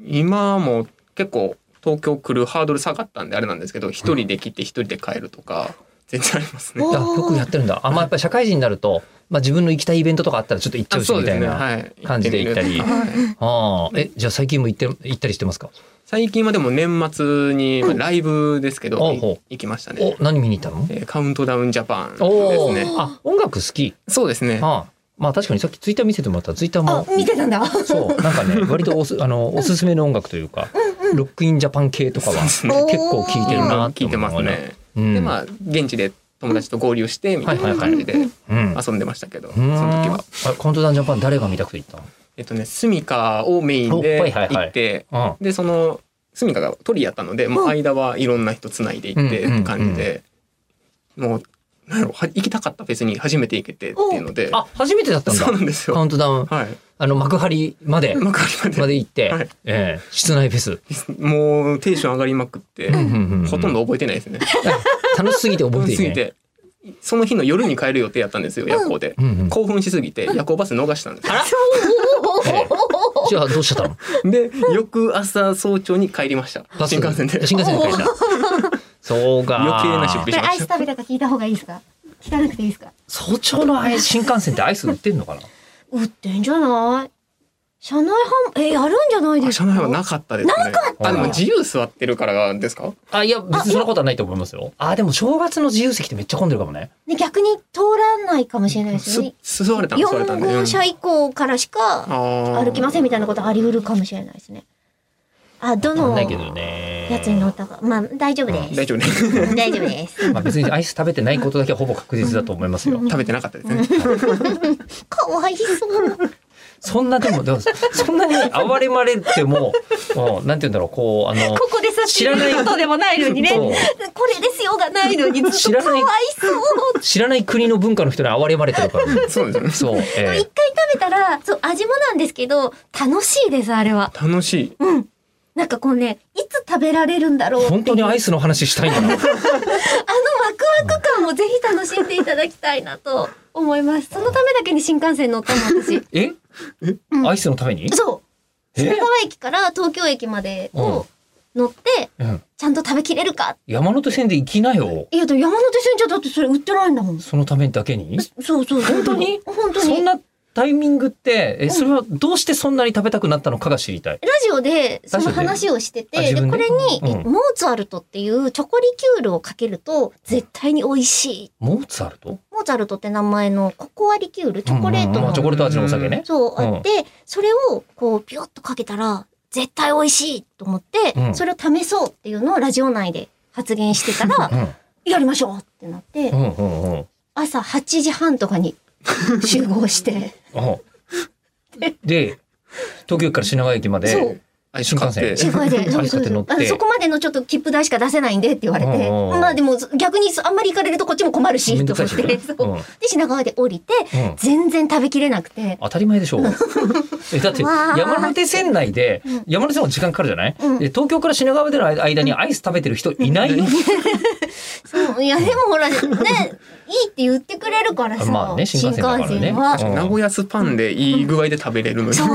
C: 今も結構東京来るハードル下がったんであれなんですけど一人で来て一人で帰るとか全然ありますね
B: お。
A: あよくやってるんだあまあやっぱり社会人になると、まあ、自分の行きたいイベントとかあったらちょっと行っちゃ
C: あ
A: うし
C: そう
A: み
C: で
A: た
C: す
A: い
C: ね
A: な、
C: はい
A: 感じで行ったり
C: はい
A: ああえじゃあ最近も行って行ったりしてますか
C: 最近はでも年末にまあライブですけど
A: ほうほう
C: 行きましたね
A: お何見に行ったの
C: えーカウントダウンジャパンです
A: おお、
C: ね
A: あ音楽好き、
C: そうですね
A: ああまあ確かにさっきツイッター見せてもらったらツイッター
B: あ
A: も、
B: 見てたんだ。
A: そうなんか ね割とおすあのおすすめの音楽というか、ロックインジャパン系とかは結
C: そうですね
A: 構聞いてるなって
C: 聞い
A: 思
C: て
A: う
C: ますね
A: うん、
C: でまあ現地で友達と合流してみたいな感じで
A: うん
C: 遊んでましたけど、
A: うん
C: その時は。
A: あカウントダウンジャパン誰が見たくて行っ
C: えっとねスミカをメインで
A: お
C: 行
A: はい
C: って、
A: はいはいたの、
C: でそのスミカがトリやったので、ま
B: うん
C: あ、間はいろんな人つないでいって
A: うん
C: って感じで、もうなんやろは行きたかったフェスに初めて行けてっていうので
A: うん、あ初めてだったんだ
C: そうなんです
A: カウ
C: よ。
A: ントダウン
C: はい、
A: あの幕張まで
C: 幕張ま
A: ま
C: で
A: で行って、
C: はい
A: ええ室内フェス、
C: もうテンション上がりまくって、
A: うんうんうんうん
C: ほとんど覚えてないですね。
A: 楽しすぎて覚えて
C: す
A: い
C: ぎ
A: いね
C: てその日の夜に帰る予定やったんですよ夜行で、
A: うんうん
C: 興奮しすぎて夜行バス逃したんですよ
A: ええじゃあどうしちゃったの
C: で翌朝早朝に帰りました
A: バス
C: 新幹線で
A: 新幹線で帰ったそうか
C: 余計な出
B: こ
C: 費
B: れアイス食べたか聞いた方がいいですか聞かなくていいですか
A: 早朝のアイス新幹線ってアイス売ってんのかな
B: 売ってんじゃない社内販えやるんじゃないで
C: あ
B: す
C: 車
B: か
C: 内はなかったですね
A: た
C: あでも自由座ってるからですか
A: あいや別にそんなことはないと思いますよあでも正月の自由席ってめっちゃ混んでるかもね
B: で逆に通らないかもしれないです
C: す
B: よね
C: 座れたん座れた
B: 4
C: んで
B: 号車
C: うん
B: 以降からしか
C: あ
B: 歩きませんみたいなことあり得るかもしれないですねあど
A: わかん
B: の
A: ないけどね
B: やつに乗ったかまあ大丈夫で
C: と
B: す
C: 大丈夫ね 食
B: 大丈夫です
A: まあ別にアイス食べてないことだけはほぼ確実だと思いますよ
C: べてなかったですね
B: かわいそう
A: そんなでもでもそんなに哀れまれても うんなんて言うんだろうこうあの
B: ここでさ
A: 知らない
B: ことでもないのにね
A: そう
B: これですよがないのにず
A: 知
B: っと
A: ら
B: かわ
A: ない
B: いそう
A: 知らない国の文化の人に哀れまれてるから、ね、
C: そうですよね
A: そう、
B: で
A: え
B: も一回食べたらそう味もなんですけど楽しいですあれは
C: 楽しい
B: なんかこうねいつ食べられるんだろう
A: え
B: っていう
A: 本当にアイスの話したいんだな
B: あのワクワク感をぜひ楽しんでいただきたいなと思いますそのためだけに新幹線乗ったの 私
A: え
B: うん
A: アイスのために
B: そう品
A: え
B: 川駅から東京駅までを乗って
A: うん
B: ちゃんと食べきれるか
A: 山手線で行きなよ
B: いやでも山手線じゃだってそれ売ってないんだもんそ
A: そのためだけに
B: そうそう
A: 本当に
B: 本当に
A: そんなタイミングって、え、それはどうしてそんなに食べたくなったのかが知りたい。
B: ラジオでその
A: ラジオで
B: 話をして
A: あ
B: て、
A: 自
B: で
A: 分
B: こ
A: で
B: れに、
A: うん
B: モーツァルトっていうチョコリキュールをかけると絶対に美味しい。
A: モーツァルト
B: モーツァルトって名前のココアリキュール、チョコレー
A: うん
B: ト
A: うん
B: の、
A: まあチョコレート味のお酒ね。
B: そう
A: うん
B: あって、それをこうピュッとかけたら絶対美味しいと思って、
A: うん
B: それを試そうっていうのをラジオ内で発言してたら
A: う、ん。
B: やりましょうってなって
A: う、んうんうん。
B: 朝8時半とかに集 合して、
A: うんで、東京駅から品川駅ま
B: そ
A: で
B: う、
C: アイス買っ
A: 新
C: て
A: 幹
B: 集会で、そうそうそう。
A: アイス買って乗って
B: あそこまでのちょっと切符代しか出せないんでって言われて、
A: うんうんうん
B: まあでも逆にあんまり行かれるとこっちも困るし、
A: めん
B: と
A: どくさ
B: 思
A: い
B: っ、
A: してね。
B: そう
A: うん。うん
B: で品川で降りて、全然食べきれなくて、
A: 当たり前でしょう。え、だって、
B: わー
A: 山手線内で
B: うん、
A: 山手線は時間かかるじゃない
B: うん
A: で、東京から品川までの間にアイス食べてる人いないよ。
B: そういやでもほらね、いいって言ってくれるからさ、
A: まあね新幹線だからね
B: 新幹線は。
A: うん
C: 名古屋スパンでいい具合で食べれるのに
B: そう。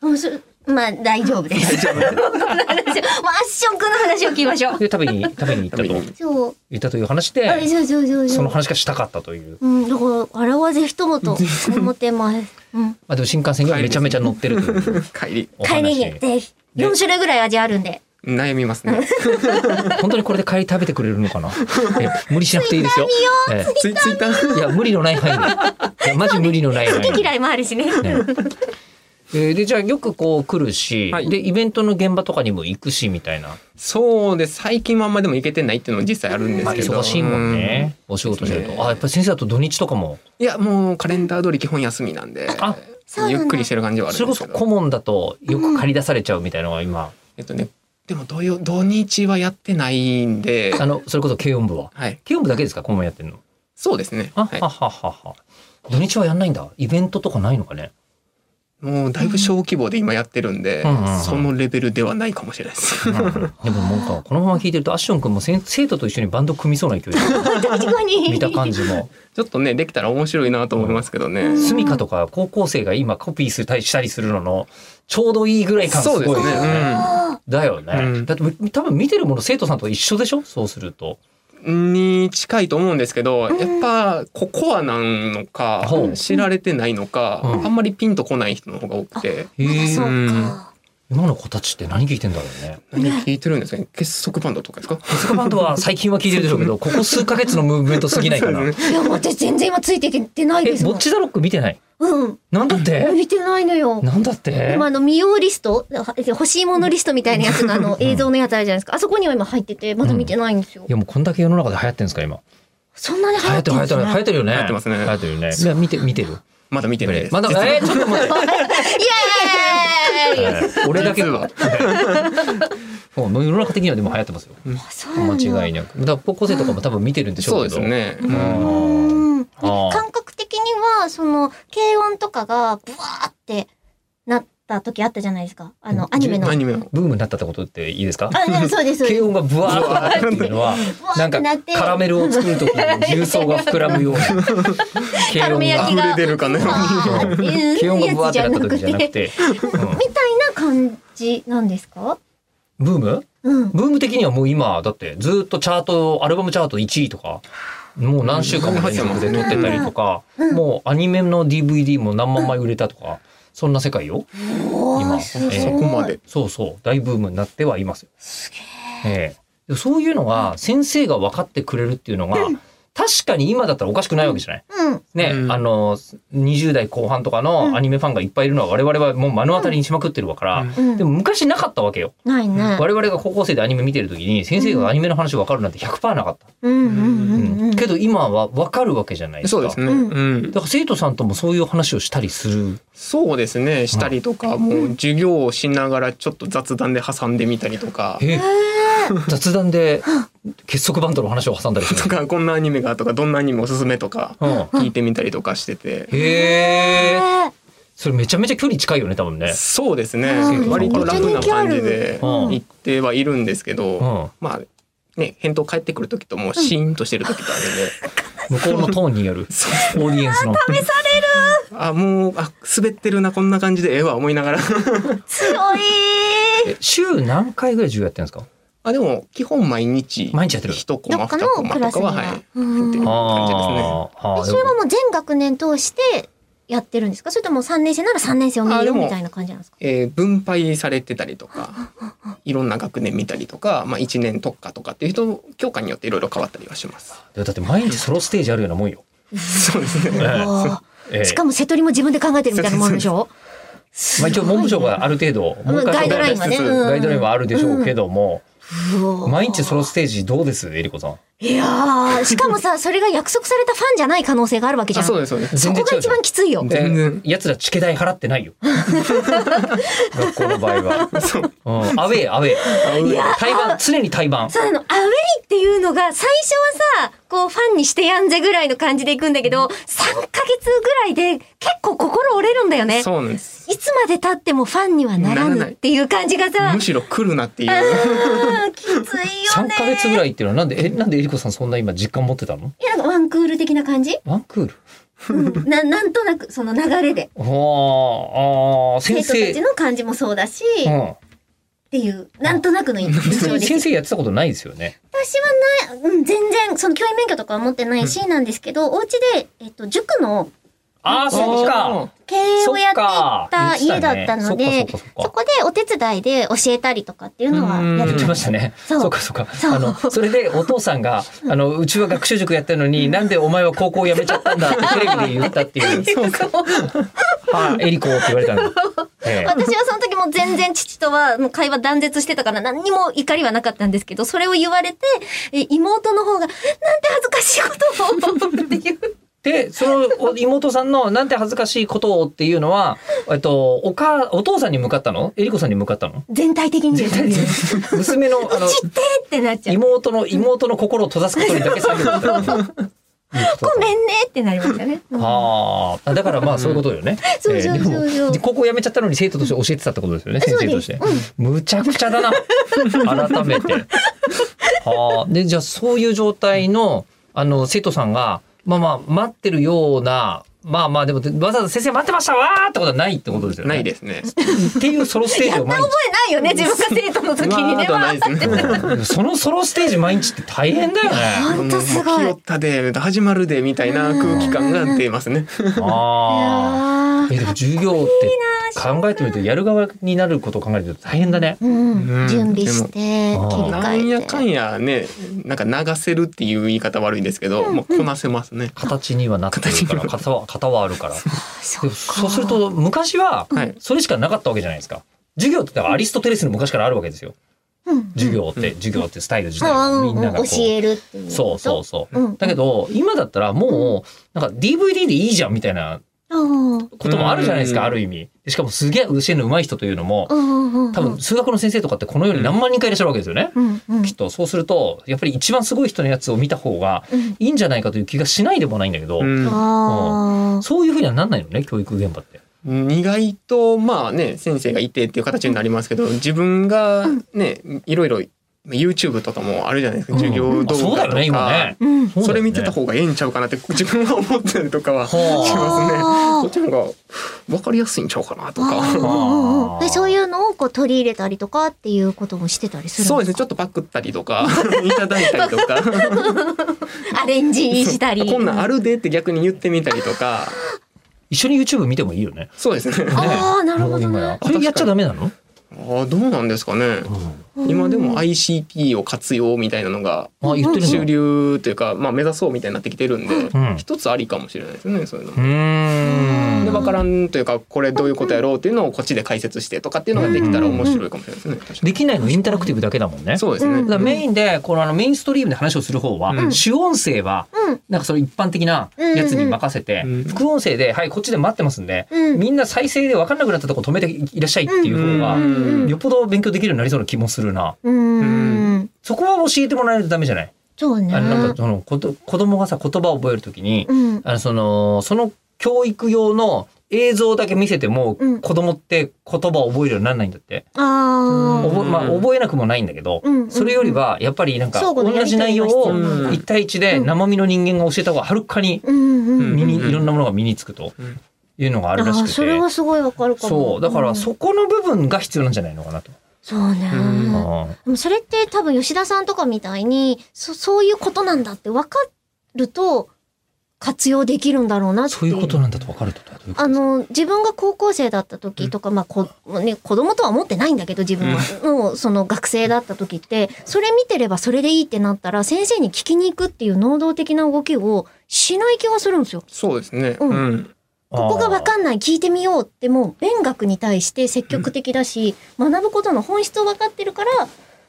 B: もうそまあ大丈夫です。この 話をまあアッション君の話を聞きましょう。
A: で、食べ に、食べに行ったと。
B: そう。
A: 行ったという話
B: あ
A: で、
B: そうそうそう
A: そ
B: そ
A: の
B: う。
A: 話がしたかったという。
B: うん、だからあれはぜひともと思ってます。うん。
A: まあでも新幹線にはめちゃめちゃ乗ってるという。
C: 帰り
A: お
B: 帰り
A: 話
B: にぜひ4種類ぐらい味あるんで。
C: 悩みますね
A: 本当にこれで帰り食べてくれるのかなえ無理しなくていいですよ。え
C: ツイツイッタ
A: え
C: ー
A: いや無理のない範囲で。いやマジ無理のない範
B: 好
A: 囲
B: き
A: で。
B: 嫌いもあるしね。
A: ねえーでじゃあよくこう来るし、
C: はい
A: でイベントの現場とかにも行くしみたいな、
C: そうです最近はあんまでも行けてないっていうのも実際あるんで
A: まあ、
C: すけど
A: 忙しいもんね、お仕事してると、
C: ですね
A: あやっぱり先生だと土日とかも
C: うんいやもうカレンダー通り基本休みなんで
A: あ
B: そうなん
C: ゆ
B: だ
C: っくりしてる感じはあ
A: そ
C: る
A: れ
C: ん
A: こそ
C: ですけ
A: 顧
C: ど
A: 問だとよく借り出されちゃうみたいなのが今、
C: えっとねでも土曜土日はやってないんで
A: あのそれこそ軽音部は
C: はい
A: 軽音部だけですか顧問やってるの
C: そうですね
A: あ、
C: はい
A: はははは土日はやんないんだイベントとかないのかね
C: もうだいぶ小規模で今やってるんで、
A: うんうんうん
C: そのレベルではないかもしれないです。
A: でもなんかこのまま弾いてるとアッション君も先生徒と一緒にバンド組みそうな勢いで
B: 確かに。
A: 見た感じも
C: ちょっとねできたら面白いなと思いますけどね。
B: うん
A: スミカとか高校生が今コピーしたりしたりするののちょうどいいぐらい感すごいよ
C: そうですねうん
B: あ
A: だよね、
C: うん
A: だって多分見てるもの生徒さんと一緒でしょそうすると
C: に近いと思うんですけど、
B: うん
C: やっぱココアなんのか、
A: ほう
C: 知られてないのか、
A: うん
C: あんまりピンとこない人の方が多く
A: へ
C: て、
B: ーまだ
A: え
B: そう
C: うん
B: か。
A: 今の子たちって何聞いてんだろうね
C: 何聞いてるんですかね結束バンドとかですか
A: スカバンドは最近は聞いてるでしょうけ どここ数ヶ月のムーブメントすぎないか
C: そ
A: ら
C: うですね
B: いや、私全然今ついていってない
A: え
B: です
A: ボ
B: もん
A: ッ。チザロック見てない
B: うん。
A: なんだって
B: 見てないのよ。
A: なんだって
B: 今あの、見ようリスト、あ欲しいものリストみたいなやつが、あ の、映像のやつあるじゃないですか。あそこには今入ってて、まだ見てないんですよ
A: い。やもうこんだけ世の中で流行ってるんですか今
B: そんなに流
A: 流
B: 行
A: 行
B: っ
A: ってて
B: る
A: る
B: ん
A: 流行
B: で
A: ってる流行ってるよね
C: 流行ってますね
A: 流行ってるよねいや見て見てる
C: まだ見てないです。
A: まだ
C: 実は
A: えーちょっと待って
B: イエーイ
A: 俺だけ
C: 実
A: が
C: は
A: もう世の中的にはでも流行ってますよ
B: そうなんだ
A: 間違いなくだから高校生とかも多分見てるんでしょ
C: そ
A: う
C: うで
A: けど
C: すね。
B: うーん感覚的にはその軽音とかがブワーってなった時あったじゃないですかあのアニメの
C: ア
B: あ
C: ニメの。
A: ブームになったってことっていいですか
B: ねそうですそうです
A: 軽音がブワーッとなるっていうのは
B: ブワー
A: な
B: っ
A: ん
B: て
A: か
B: なって
A: カラメルを作る時 に重曹が膨らむような軽
B: ラ
A: 音
B: メ
A: が
B: 焼き
C: が
B: が
C: 溢れ出るかのように
B: うに
A: 軽音がブワーッてなった時じゃなく
B: み
A: て、
B: たいな感じなんですか
A: うんブーム
B: うん
A: ブーム的にはもう今だってずっとチャートアルバムチャート1位とかもう何週間も連続で撮ってたりとか、
B: うん
A: もうアニメの DVD も何万枚売れたとか、そんな世界よ
B: お
A: 今
B: ーすごい
A: え
C: そこまで。
A: そうそう大ブームになってはいますよ。
B: すげ
A: ええそういうのが先生が分かってくれるっていうのが、確かに今だったらおかしくないわけじゃない
B: えうん
A: ね、
C: うん
A: あの20代後半とかのアニメファンがいっぱいいるのは我々はもう目の当たりにしまくってるわから、
C: うん
B: うん
A: でも昔なかったわけよ。
B: ないね
A: 我々が高校生でアニメ見てる時に先生がアニメの話分かるなんて100%なかった。
B: うんうんうんうん
A: けど今は分かるわけじゃないですか。
C: そうですね。
B: うん
C: うん
A: だから生徒さんともそういう話をしたりする。
C: そうですね。したりとか、もう授業をしながらちょっと雑談で挟んでみたりとか、
A: え雑談で結束バンドの話を挟んだりす
C: と
A: る。
C: かこんなアニメがとかどんなアニメおすすめとか
A: うん
C: 聞いてみたりとかしてて。
A: へえ。それめちゃめちゃ距離近いよね多分ね。
C: そうですね
B: うん。
C: 割とラフな感じで
A: うん
C: 行ってはいるんですけ
A: うん、
C: ど、
A: 向
C: まあね返答返ってくる時ともうシーンとしてる時とあるんで、
A: こうのトーンによ る
C: そ
A: オーディエンスの。
C: うあもうあ滑ってるなこんな感じでええわ思いながら
B: 強い
A: え 週何回ぐらい授業やってるんですか。
C: あでも基本毎日
A: 毎日やってる
C: 一コ
B: ど
C: マ
B: っか
C: 二コ
B: の
C: マ
B: ク
C: と
B: ラス
C: か
B: に
C: は
B: は
C: はい入
B: うん
C: ってる感じですね。
A: あーあー。
B: それはもう全学年通してやってるんですかそれとも3年生なら3年生を見
C: あで
B: る
C: も
B: みたいな感じなんですか
C: えー分配されてたりとか いろんな学年見たりとか、まあ、1年特化とかっていう人教科によっていろいろ変わったりはします。
A: でもだって毎日ソロステージあるようなもんよ。
C: そうですね
A: ええ
B: おー
A: ええ
B: しかも瀬戸りも自分で考えてるみたいなもんでしょ
A: まあ一応文部省がある程度
B: うん
A: 文科省が
B: ガイドラインはねうん
A: ガイドラインはあるでしょうけども、
B: うおー
A: 毎日ソロステージどうですえりこさん。
B: いやーしかもさそれが約束されたファンじゃない可能性があるわけじゃ
C: あ
B: ん
C: そう
B: そ
C: ですそ
A: 全
C: うです
B: こ
A: 然
B: が
A: 違うじ
B: 一
A: ゃん
B: 番きついよ
C: 全然
A: やつらチケ代払ってない よ学校の場合は、うん、アウェーアウェー台湾常に台湾
B: そうなのアウェイっていうのが最初はさこうファンにしてやんぜぐらいの感じでいくんだけど3ヶ月ぐらいで結構心折れるんだよね
C: そうなんです
B: いつまで経ってもファンにはなら
C: なら
B: ぬ
C: ない
B: っていう感じがさ
C: むしろ来るなっていう
B: うんきついよ
A: 3
B: ね
A: ヶ月ぐらいっていうのはなんでえなんでえりこさんそんな今実感持ってたの
B: いやなんかワンクール的な感じ、
A: ワンクール
B: うんななんとなくその流れで
A: あーあー先
B: 生徒たち
A: 生
B: の感じもそうだし、っ
A: う
B: ていうなんとなくの印
A: ん、
B: 象です
A: 先生やってたことないですよね。
B: 私はない、うん、全然その教員免許とかは持ってないしなんですけど、お家で、えっと、塾の
A: ああ、そっか。
B: 経営をやっていた
A: そっか
B: 家だったので、
A: 言ってたねそっ
B: そ
A: かそっかそっか
B: こでお手伝いで教えたりとかっていうのはやっ
A: 言ってて
B: ま
A: まし
B: し
A: たたね。
B: そう
A: そうかそうか。
B: そう
A: あのそれでお父さんがあのうちは学習塾やってるのになんでお前は高校を辞めちゃったんだってテレビで言ったって いう。はい、エリコって言われたの。ええ
B: 私はその時もう全然父とはもう会話断絶してたから何にも怒りはなかったんですけど、それを言われて、え妹の方が、なんて恥ずかしいことをっていう。
A: で、そのお妹さんのなんて恥ずかしいことをっていうのは、えっとお母お父さんに向かったの？エリコさんに向かったの？
B: 全体的にですね。ち
A: 娘のあの
B: ってーってなっちゃう。
A: 妹の妹の心を閉ざすことにだけ作業したの。
B: ごめんねってなりましたね。うん
A: ああ、あだからまあそういうことよね。
B: そう
A: えー
B: そうそうそう
A: でも高校辞めちゃったのに生徒として教えてたってことですよね。
B: そ
A: 先
B: う
A: 生と
B: で
A: し
B: す
A: て。むちゃくちゃだな。改めて。はあ。でじゃあそういう状態のあの生徒さんがまあまあ待ってるような。まあまあでもわざわざ先生待ってましたわーってことはないってことですよね。
C: ないですね。
A: っていうソロステージを毎日。
B: ないよね自分が生徒の時にね
C: 今はないですね。
A: うん そのソロステージ毎日って大変だよね。
B: ほんとすごい
C: もう清田で始まるでみたいな空気感が出ますね。
A: ああ。
B: あ
A: えでも授業って考えてみるとやる側になることを考えると大変だね。
B: うん、準備して切り
A: もうん
C: なん
B: 替
C: や
B: えて
C: かんやね、なんか流せるっていう言い方悪いんですけど、もうこなせますね。
A: 形にはなってるから型は型はあるから。
B: そ
A: で
B: う
A: もそうすると昔は
C: はい。
A: それしかなかったわけじゃないですか。授業ってだからアリストテレスの昔からあるわけですよ。
B: うん
A: 授業って、授業ってスタイル自体がみんながこう。
B: 教えるっていうこと、
A: そうそうそう
B: うん
A: う。だけど今だったらもうなんか DVD でいいじゃんみたいな
B: うんうん
A: こともあるじゃないです
C: う
A: か
C: ん
A: ある意味。でしかもすげえ教えるの上手い人というのも
B: うんうん
A: 多分数学の先生とかってこの世に何万人かいらっしゃるわけですよね。
B: うんうん
A: きっとそうするとやっぱり一番すごい人のやつを見た方が
B: うん
A: いいんじゃないかという気がしないでもないんだけど、
C: うん
B: あー
A: そういうふうにはなんないのね教育現場って。
C: 意外とまあね先生がいてっていう形になりますけど自分がね、いろいろ YouTube とかもあるじゃないですか、授
A: う
C: 業
A: んあそ
C: 動
A: うだ
C: 画
A: よね
C: と
A: 今
C: か、
A: ね。
B: うん
A: そうだよね
C: それ見てた方がええんちゃうかなって自分は思ったりとかはし
A: はあ
C: ますね。
B: あー
C: こっちの方が分かりやすいんちゃうかなと
B: あー
C: か。
B: うんうんうん
A: あー
B: でそういうのをこう取り入れたりとかっていうこともしてたりする
C: そうですねちょ
B: っ
C: っとパクったりと かいただいたりとか
B: とアレンジしたり
C: こんなんあるでって逆に言ってみたりとか
A: 一緒に YouTube 見てもいいよね。
C: そうですね。
B: あーなるほどね
A: もう今やそれやっちゃダメなの？
C: ああどうなんですかね。今でも ICP を活用みたいなのが
A: あ言ってる
C: 主
A: の。
C: 流というか、まあ、目指そうみたいになってきてるんで、
A: うん
C: 一つありかもしれないですねそういうの
A: う
C: も。
A: ーん。
C: で分からんというかこれどういうことやろうっていうのをこっちで解説してとかっていうのができたら面白いかもしれないですね。確かに
A: できないのインタラクティブだけだもんね。
C: そうですね、
B: うん
A: だからメインでこのあのメインストリームで話をする方は、
C: うん
A: 主音声は
B: うん
A: なんかその一般的なやつに任せて、
C: うんうん
A: 副音声ではいこっちで待ってますんで、
B: うん
A: みんな再生で分かんなくなったとこ止めていらっしゃいっていう方が、
B: うんうん
A: よっぽど勉強できるようになりそうな気もするな。
B: うん
C: うん
A: そこは教えてもらえるとダメじゃない。
B: そうね
A: あのなんかそのこと子供がさ言葉を覚えるときに、
B: うん
A: あのそのその教育用の映像だけ見せても、
B: うん
A: 子供って言葉を覚えるようにならないんだって、
B: あ
A: 覚えまあ、
C: うん
A: 覚えなくもないんだけど、
B: うんうん
A: それよりはやっぱりなんか
B: 相互のや
A: 同
B: り
A: じ
B: と
A: 内
B: り
A: 容
B: が必要
A: を
B: なんだ
A: 一対一で
B: うん
A: 生身の人間が教えた方がはるかに
B: うんうんうん
A: 身に
C: うん
A: いろんなものが身につくと
C: うん
A: いうのがあるらし
B: あ
A: く
B: ー
A: て、
B: それはすごいわかるかも
A: そうだから
B: ん
A: そこの部分が必要なんじゃないのかなと。
B: そうね、
C: うん
A: あ
B: でもそれって多分吉田さんとかみたいにそそういうことなんだって分かると活用できるんだろうな
A: ー
B: って
A: そういうことなんだと分かるとどういうこと
B: あ
A: ですか
B: の自分が高校生だった時とか、まあこ、ね、子供とは思ってないんだけど自分は、もうその学生だった時ってそれ見てればそれでいいってなったら先生に聞きに行くっていう能動的な動きをしない気がするんですよ。
C: そうですね、
B: うん
C: うん
B: ここが分
A: あ
B: かんない聞いてみようってもう勉学に対して積極的だし、学ぶことの本質を分かってるから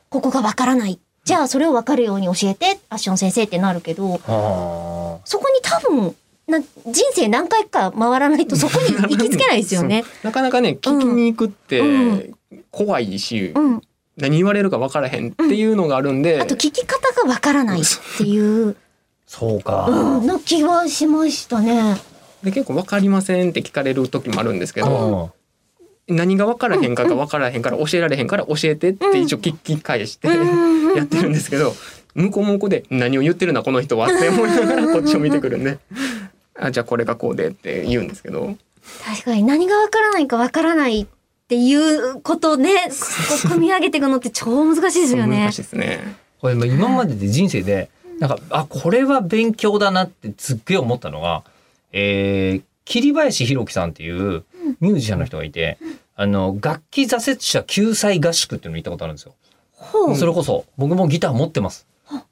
B: ここが分からないじゃあそれを分かるように教えてアッション先生ってなるけ
A: ー
B: ど
A: あー
B: そこに多分な人生何回か回らないとそこに行きつけないですよ ね。
C: なかなかね聞きに行
B: う
C: くって怖いし、
B: うん、
C: 何言われるか分からへんっていうのがあるんで、
B: あと聞き方が分からないっていう、
A: そうか。
B: うん、の気はしましたね。
C: で結構分かりませんって聞かれる時もあるんですけど、
A: うん
C: 何が分からへんかが分からへんから教えられへんから教えてって一応聞き返して
B: うん
C: やってるんですけど向こうも向こうで何を言ってるなこの人はって思いながらこっちを見てくるんであじゃあこれがこうでって言うんですけど
B: 確かに何が分からないか分からないっていうことね、こう組み上げていくのって超難しいですよね
C: 難し。いですね。
A: これ今までで人生でなんかあこれは勉強だなってすっげえ思ったのが、えー桐林弘樹さんっていうミュージシャンの人がいて、あの楽器挫折者救済合宿っていうのに行ったことあるんですよ。
B: ほう
A: それこそ僕もギター持ってます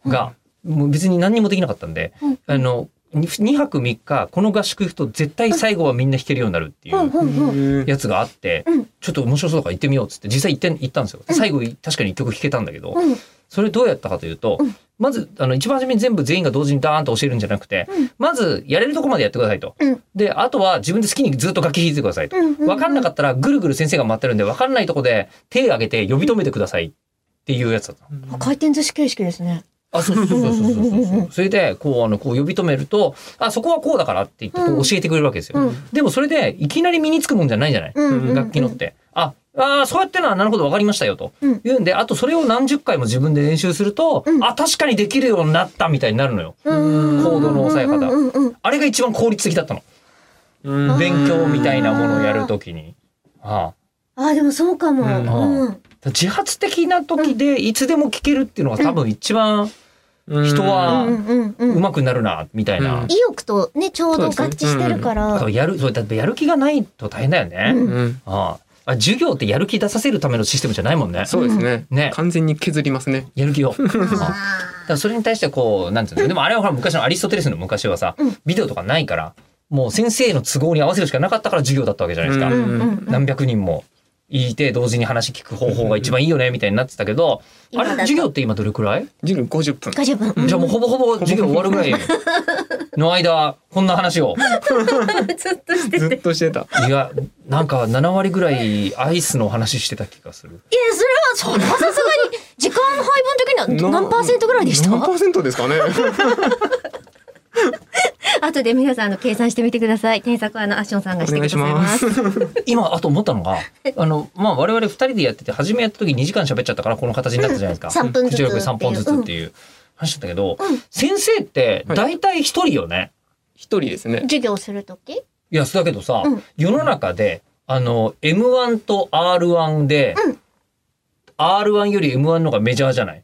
A: が、もう別に何にもできなかったんで、
B: うん
A: あの 2, 泊3日この合宿行くと絶対最後はみんな弾けるようになるってい
B: ほう
A: う
B: ほうほう
A: やつがあって、
B: うん
A: ちょっと面白そうだから行ってみようっつって実際行って行ったんですよ。最後確かに一曲弾けたんだけど、
B: うん
A: それどうやったかというと、
B: うん
A: まずあの一番初めに全部全員が同時にダーンと教えるんじゃなくて、
B: うん
A: まずやれるとこまでやってくださいと。
B: うん
A: であとは自分で好きにずっと楽器弾いてくださいと。
B: うんうん
A: 分かんなかったらぐるぐる先生が待ってるんで分かんないとこで手挙げて呼び止めてくださいっていうやつだったの。
B: 回転寿司形式ですね。
A: あ、そうそうそうそうそうそうそう。それで、こう、あの、こう呼び止めると、あ、そこはこうだからって言って、こ
B: うん
A: う教えてくれるわけですよ。
B: うん
A: でもそれで、いきなり身につくもんじゃないじゃない、
B: うんうんうん
A: 楽器のって。あ、あーそうやってな、なるほど、わかりましたよ、と。
B: うん
A: 言うんで、あとそれを何十回も自分で練習すると、
B: うん
A: あ、確かにできるようになったみたいになるのよ。
B: コ
A: コードの押さえ方
B: うんうんうん
A: あれが一番効率的だったの。
C: うん
B: で
A: 勉強みたいなものをやるときに。ああ
B: あ、でもそうかも。
A: うん
B: うん
A: 自発的な時でいつでも聴けるっていうのが多分一番人は
B: うんうんうん
A: 上手くなるなみたいな、
C: うん
B: 意欲とね、ちょうど合致してるから。
A: そうやるそうだってやる気がないと大変だよね、
B: うん
C: うん
A: あああ授業ってやる気出させるためのシステムじゃないもんね
C: そうですね
A: ね
C: 完全に削りますね
A: やる気 をだか
B: あ
A: らそれに対してこうなんていうのでもあれはほら昔のアリストテレスの昔はさ、
B: うん
A: ビデオとかないからもう先生の都合に合わせるしかなかったから授業だったわけじゃないですか、
B: ー
C: う
B: うんんうん
A: 何百人もいて同時に話聞く方法が一番いいよねみたいになってたけど、あれ
B: 今だと
A: 授業って今どれくらい
C: 授業50 分
B: 50分。
A: じゃあもうほぼほぼ授業終わるぐらいの間こんな話を
B: ずっとしてて。いや、
C: ず
B: それ
C: っとしてた
A: いやなんか7割ぐらいアイスの話してた気がする
B: は、それはさすがに、時間配分的には
C: な
B: 何パーセントぐらいでし
C: 何パ
B: た
C: ーセントですかね
B: 後で皆さん、あの、計算してみてください。添削は、あの、アッションさんがしてくださいます。
A: 今あと思ったのがあのまあ我々2人でやってて初めやった時2時間喋っちゃったからこの形になったじゃないですか
B: 3分ずつっていう。
A: 3本ずつって
B: う
A: いう話だったけど、
B: うん
A: 先生って大体1人よね、
C: 一人です
B: ん
C: ね
B: 授業するとき
A: い、やそうだけどさ、
B: うん
A: 世の中であの m 1と r 1で、
B: う
A: r 1より m 1の方がメジャーじゃない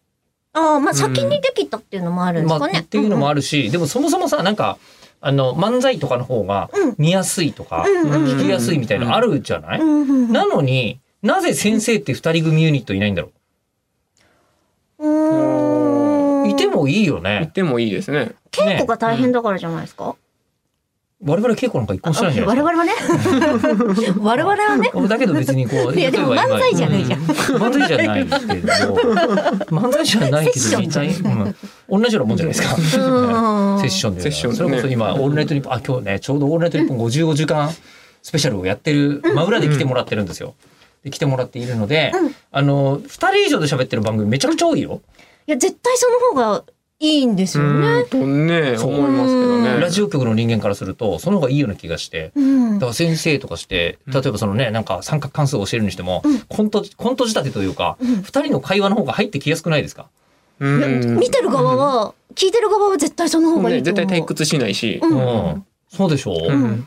B: ああ、まあ、先にできたっていうのもあるんです
A: ま
B: か
A: あ、
B: ね。
A: っていうのもあるし、でもそもそもさなんかあの漫才とかの方が
B: うん
A: 見やすいとか、
B: うんうん
A: 聞きやすいみたいなのあるじゃない、
B: うんうんうん
A: なのになぜ先生って二人組ユニットいないんだろ
B: うー
A: うんいてもいいよ
C: 行っ
A: ね。
C: てもいいですね
B: 稽古
A: ね
B: が大変だからじゃないですか。
A: 我々稽古なんか一個もしてないじゃない
B: 我
A: ですか。
B: 々はね。 我々はね。
A: だけど別にこう
B: いやでも
A: 例えば今
B: 漫才じゃない
C: じゃん
A: うん漫才じゃないですけど漫才じゃないけ
B: セ
A: ど
B: ッション
A: 実際、 うん同じようなもんじゃないですか。
B: うん
A: セッションで、
C: セッションで
A: そ
C: ね
A: れこそ今、オールナイトニッポン、あ、今日ね、ちょうどオールナイトニッポン55時間スペシャルをやってる、真裏で来てもらってるんですよ。で来てもらっているので、あの、2人以上で喋ってる番組めちゃくちゃ多いよ。
B: いや、絶対その方がいいんです
C: う
B: よね。
C: ーんとね
A: そう
C: 思いますけどね
A: ラジオ局の人間からすると、その方がいいような気がして。
B: うん
A: だから先生とかして、例えばそのね、なんか三角関数を教えるにしても、コント、コント仕立てというか、
B: ん
A: 2人の会話の方が入ってきやすくないですか
C: うん
B: いや見てる側は、聞いてる側は絶対その方がいい
C: ね
B: と
C: 絶
B: 思う。
C: 対退屈しないし
B: う
A: うんん。そうでしょう、
C: う
A: うん
C: ん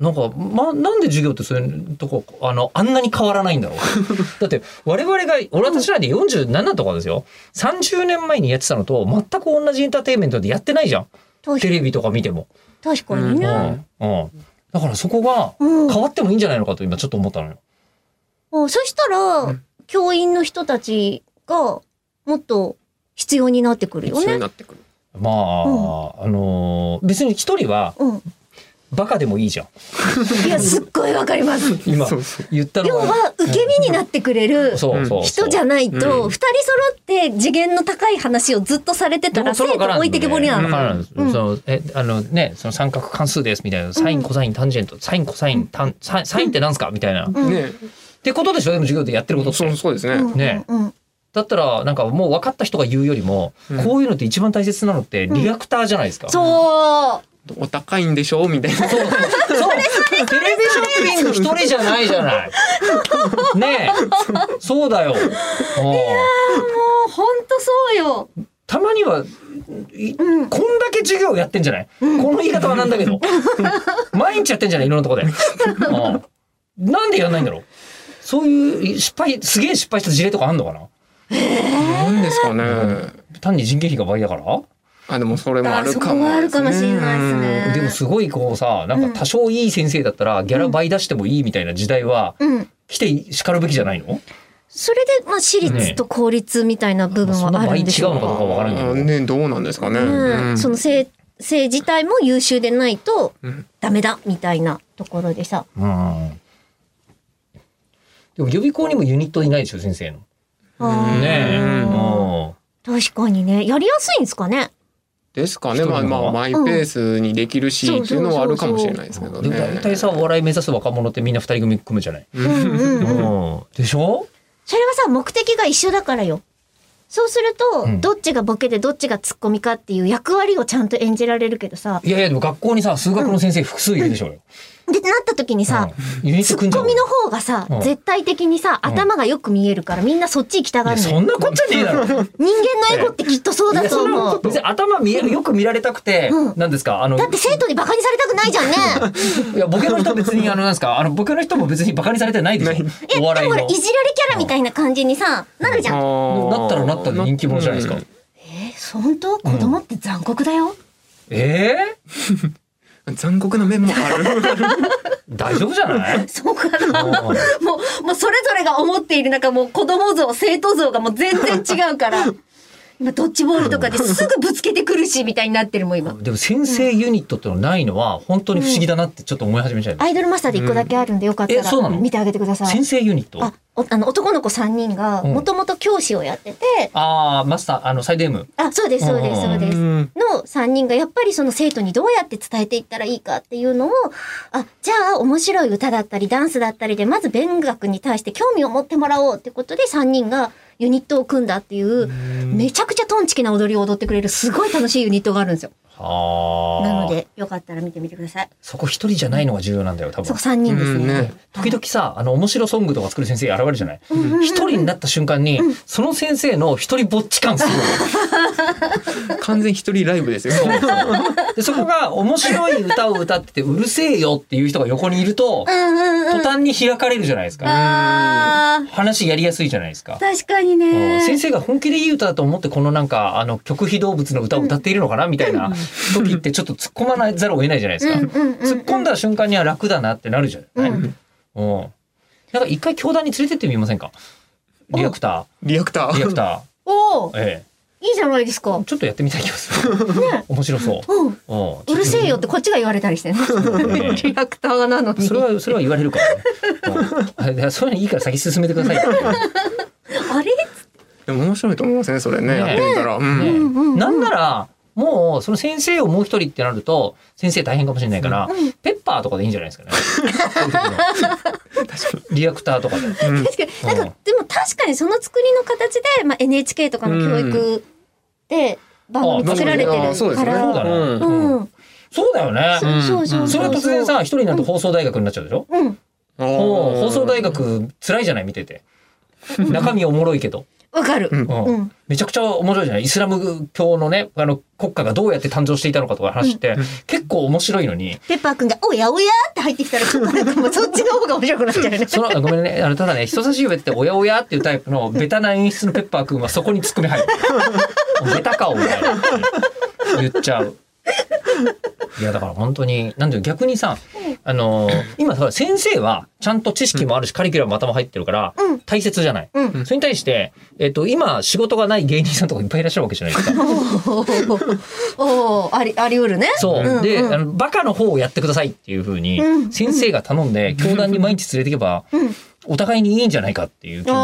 A: なんか、ま、なんで授業ってそういうとこ、あの、あんなに変わらないんだろう。だって、我々が、俺私らで47とかですよ。30年前にやってたのと、全く同じエンターテインメントでやってないじゃん。テレビとか見ても。
B: 確かに
A: う
B: ね。
A: ん。うん。だからそこが、
B: うん。
A: 変わってもいいんじゃないのかと今ちょっと思ったのよ。
B: うんそしたら、教員の人たちが、もっと必要になってくるよ
C: 必要
B: ね。
C: になってくる
A: まあ、あのー別に一人は
B: うん。
A: バカでもいいじゃん。
B: いや、すっごいわかります。
A: 今
C: そうそう
A: 言った
B: 要
A: のは。
B: は、受け身になってくれる。
A: そうそうそう。
B: 人じゃないと、二、
C: うん
B: 人揃って次元の高い話をずっとされてたら、生徒置いてけぼりな
A: わ
B: の。
A: からんです
B: うん
A: そのえあのねその三角関数ですみたいなサインコサインタンジェントサインコサインタンサインサインってなんすかみたいなっ
B: うん
C: ね
A: てことでしょでも授業でやってることっ
C: そう
A: て
C: そうですね、
B: うん
A: ね
B: うんうん
A: だったらなんかもう分かった人が言うよりも
C: うん
A: こういうのって一番大切なのってリアクターじゃないですかそう
B: そう。
C: お高いんでしょみたい な
A: そう そうテレビショッピング一人じゃないじゃないねえそうだようん
B: もう本当そうよ。
A: たまにはいこんだけ授業やってんじゃない、この言い方はなんだけど毎日やってんじゃないいろんなとこで、うんなんでやんないんだろうそういう失敗すげえ失敗した事例とかあんのかな
C: なんですかね
A: 単に人件費が倍だから、
C: あでもそれもあ
B: あ
C: るかも
B: そこもあるかもしれないですね
C: うん
A: でもすごいこうさなんか多少いい先生だったらギャラ倍出してもいいみたいな時代は
B: うん。
A: 来てしかるべきじゃないの、
B: それでまあ私立と公立みたいな部分
A: そ
B: は
A: んな
B: あ
A: 倍違うん
B: るでしょ
A: のかどうかわからんけど、
C: あねどうなんですかね、
B: う
C: うん
B: ん。その生生自体も優秀でないと
C: うん
B: ダメだみたいなところでさ。
A: うんでも予備校にもユニットいないでしょ先生の。
B: あー
A: ねえ。うん
B: 確かにねやりやすいんですかね。
C: ですかね
A: 人
C: まあ
A: の
C: ま
A: 方が
C: あマイペースにできるし、
B: うん
C: っていうのはあるかもしれないですけど
A: で
C: ね
A: も大体さお笑い目指す若者ってみんな二人組組むじゃない、
B: うんうんう
A: う
B: ん。
A: んでしょ
B: それはさ目的が一緒だからよ。そうすると、
A: うん
B: どっちがボケでどっちがツッコミかっていう役割をちゃんと演じられるけどさ、
A: いやいや、でも学校にさ、数学の先生複数いるでしょうよ。
B: で、なった時にさ、
A: うん、ユニッ
B: ツ
A: ト組
B: ッ
A: んじゃ
B: コ
A: うよ
B: ミの方がさ、
A: うん
B: 絶対的にさ、頭がよく見えるからみんなそっち行きた
A: い
B: が
A: や
B: るの
A: そ
B: よ。
A: んなこっちゃねえだろ。
B: 人間のエゴってきっとそうだと
A: いやそんな
B: 思
A: こ
B: う。
A: と別に頭見えるよく見られたくて、
B: うん
A: なんですかあの
B: だって生徒にバカにされたくないじゃんね。
A: いやボケの人は別にあのなんですかあのボケの人も別にバカにされてないでしょ お
B: で
A: 笑い
B: も
A: の
B: ほら、いじられキャラみたいな感じにさ、なるじゃん。
A: な
C: な
A: ったらなったで人気者じゃないですか、
B: えー、本当子供って残酷だよ。
A: え
C: 残酷な面もあ る
A: ー、大丈夫じゃない
B: そうかな。も
A: うん
B: う、もうそれぞれが思っている中、もう子供像、生徒像がもう全然違う から。今、ドッジボールとかですぐぶつけてくるし、みたいになってるもん、今。
A: でも先生ユニットってのないのは本当に不思議だなってちょっと思い始めちゃいま
B: アイドルマスターで一個だけあるんで、よかった
A: えそうな
B: ら
A: の
B: 見てあげてくださ
A: す
B: い
A: 先。生ユニット
B: あ、おあの、男の子3人が、
A: うん
B: もともと教師をやってて、
A: あーマスターあのサイデーム
B: あ、そうです、そうです、そうです。
C: ん
B: の3人がやっぱりその生徒にどうやって伝えていったらいいかっていうのをあじゃあ面白い歌だったりダンスだったりでまず勉学に対して興味を持ってもらおうってことで3人がユニットを組んだっていうめちゃくちゃトンチキな踊りを踊ってくれるすごい楽しいユニットがあるんですよ。
A: あー
B: なのでよかったら見てみてください。
A: そこ一人じゃないのが重要なんだよ多分
B: そう3人です
C: うん
B: ね
C: ね。
A: 時々さあの面白ソングとか作る先生現れるじゃない
B: うんうんうん
A: 一人になった瞬間に、その先生の一人ぼっち感すごい。
C: 完全一人ライブですよ
A: で、そこが面白い歌を歌ってて、うるせえよっていう人が横にいると
B: う、んうんうん
A: 途端に開かれるじゃないですか。
B: あ
A: 話やりやすいじゃないですか
B: ー。確かに
A: うん
B: ね。
A: 先生が本気でいい歌だと思ってこのなんかあの曲非動物の歌を歌っているのかなみたいな時ってちょっと突っ込まないざるを得ないじゃないですか。
B: うんうんうんうん
A: 突っ込んだ瞬間には楽だなってなるじゃない。
B: う
A: うんん。なんか一回教団に連れてってみませんかリアクタ
C: リアクタ
A: ー、リアク
C: ー
A: タ
B: おお
A: ー。え
B: いいじゃないですか。
A: え。
B: ね
A: ちょっとやってみたい気がす る。面白そう。
B: うん
A: う
B: うるせえよってこっちが言われたりしてね。
A: ね
B: リアクターがなの
A: ん。
B: に
A: そ。れは、それは言われるからね。うんあいやそういうのいいから先進めてくださいって
B: あれ
C: でも面白いと思いますねそれね
A: ね
C: やってみたらうん
A: ね
B: うんうんうん
A: なんなら、もう、その先生をもう一人ってなると、先生大変かもしれないから、
B: うん
A: ペッパーとかでいいんじゃないですかね。そういう時のリアクターとかで。
C: うん
B: 確かに
A: う
B: なん
A: ん
B: かでも確かにその作りの形で、まあ、NHK とかの教育で番組作られて
C: あそう
B: る
C: で
B: か
C: すね
A: そうだ
B: ら。
A: ね。
C: うん
B: うん
A: うんそうだよ
B: そ
A: ね。
B: うそうそううん
A: それは突然さ、一人になると放送大学になっちゃうでしょ
B: うん
A: もう放送大
C: 学
A: 学辛いじゃない見てて。中身おもろいけど。
B: わかる、
C: うん
A: うん
B: うん
A: めちゃくちゃ面白いじゃないイスラム教のね、あの、国家がどうやって誕生していたのかとか話って、結構面白いのに、
B: ペッパーくんが「おやおや」って入ってきたらちょっとなんかもうそっちの方が面白くなっちゃうよね
A: そ の、ごめんね、あの、ただね、人差し指っておやおやっていうタイプのベタな演出のペッパーくんはそこに突っ込み入る。ベタか、お前。言っちゃう。いや、だから本当に、なんていうの逆にさ、あの、今さ、先生はちゃんと知識もあるし、カリキュラムも頭入ってるから
B: うん、
A: 大切じゃない。
B: うん
A: それに対して、えっと、今、仕事がない芸人さんとかいっぱいいらっしゃるわけじゃないですか。
B: おーおーありありうるね
A: そう、
B: うん
A: で、
B: うん
A: あのバカの方をやってくださいっていうふうに、
B: うん
A: 先生が頼んで、教団に毎日連れていけば、
B: うん
A: お互いにいいんじゃないかっていう気も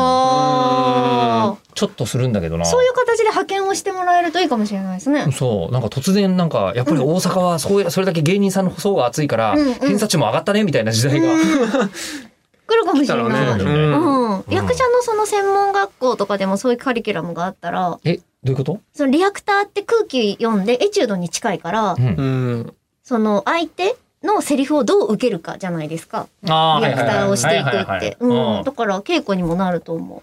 B: あー
A: ちょっとするんだけどな。
B: そういう形で派遣をしてもらえるといいかもしれないですね
A: そうなんか突然なんかやっぱり大阪はそうやそれだけ芸人さんの層が厚いから
B: うんうん
A: 偏差値も上がったねみたいな時代が、
B: 来るかもしれ
C: 来た
B: な
C: ら
B: い
C: ね
B: うん
A: ん
B: 役者のその専門学校とかでもそういうカリキュラムがあったら、
A: えどういうこと、
B: そのリアクターって空気読んでエチュードに近いから
A: う、、
C: うんん
B: その相手のセリフをどう受けるかじゃないですか。
A: あー
B: リアクターをしていく
A: はいは
B: っ
A: いはい
B: て。
A: は
B: う
A: い
B: んだから稽古にもなると思う。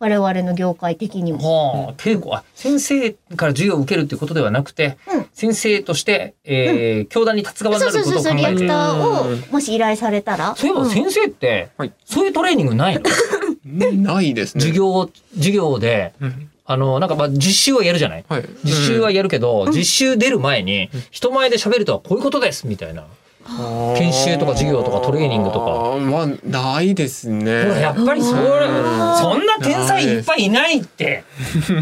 B: 我々の業界的に
A: うん
B: も。
A: はあ稽古あ先生から授業を受けるっていうことではなくて、
B: うん
A: 先生として、えー教団に立つ側に
B: そ
A: な
B: うそ
A: る
B: う
A: こ
B: そ
A: とを考
B: うそう、リア
A: え
B: ク
A: て
B: タ
C: う
B: ー
C: ん
B: をもし依頼されたら。
A: そういえば
B: うん
A: 先生って、
C: はい
A: そういうトレーニング ないの
C: ないですね
A: 授業を授業で
C: うん
A: あのなんかまあ実習はやるじゃない
C: はい
A: 実習は
C: うん
A: やるけど、実習出る前に人前で喋るとはこういうことですみたいな。研修とか授業とかトレーニングとか
C: あーまあないですね
A: ほらやっぱりそれ
C: うん
A: そんな天才いっぱいいないって。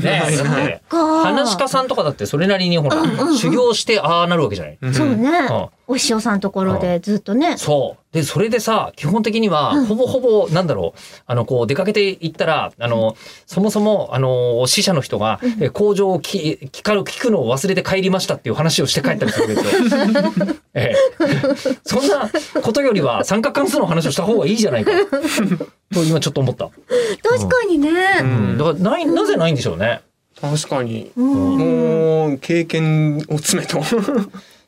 A: ねえだって
B: か
A: 話し家さんとかだってそれなりにほら、修行してああなるわけじゃない。
C: ん
B: そうね
A: ん。
B: お師匠さんところでずっとね。
A: そう。で、それでさ、基本的には、ほぼほぼ、なんだろう、あの、こう、出かけていったら、あの、そもそも、あの、死者の人が、え工場をき聞かる、聞くのを忘れて帰りましたっていう話をして帰ったりするんですよ。ええ、そんなことよりは、参加関数の話をした方がいいじゃないか。と、今ちょっと思った。
B: 確かにね。
A: うん。だから、ない、なぜないんでしょうね。
C: 確かに。
B: うん
C: もう経験を詰めと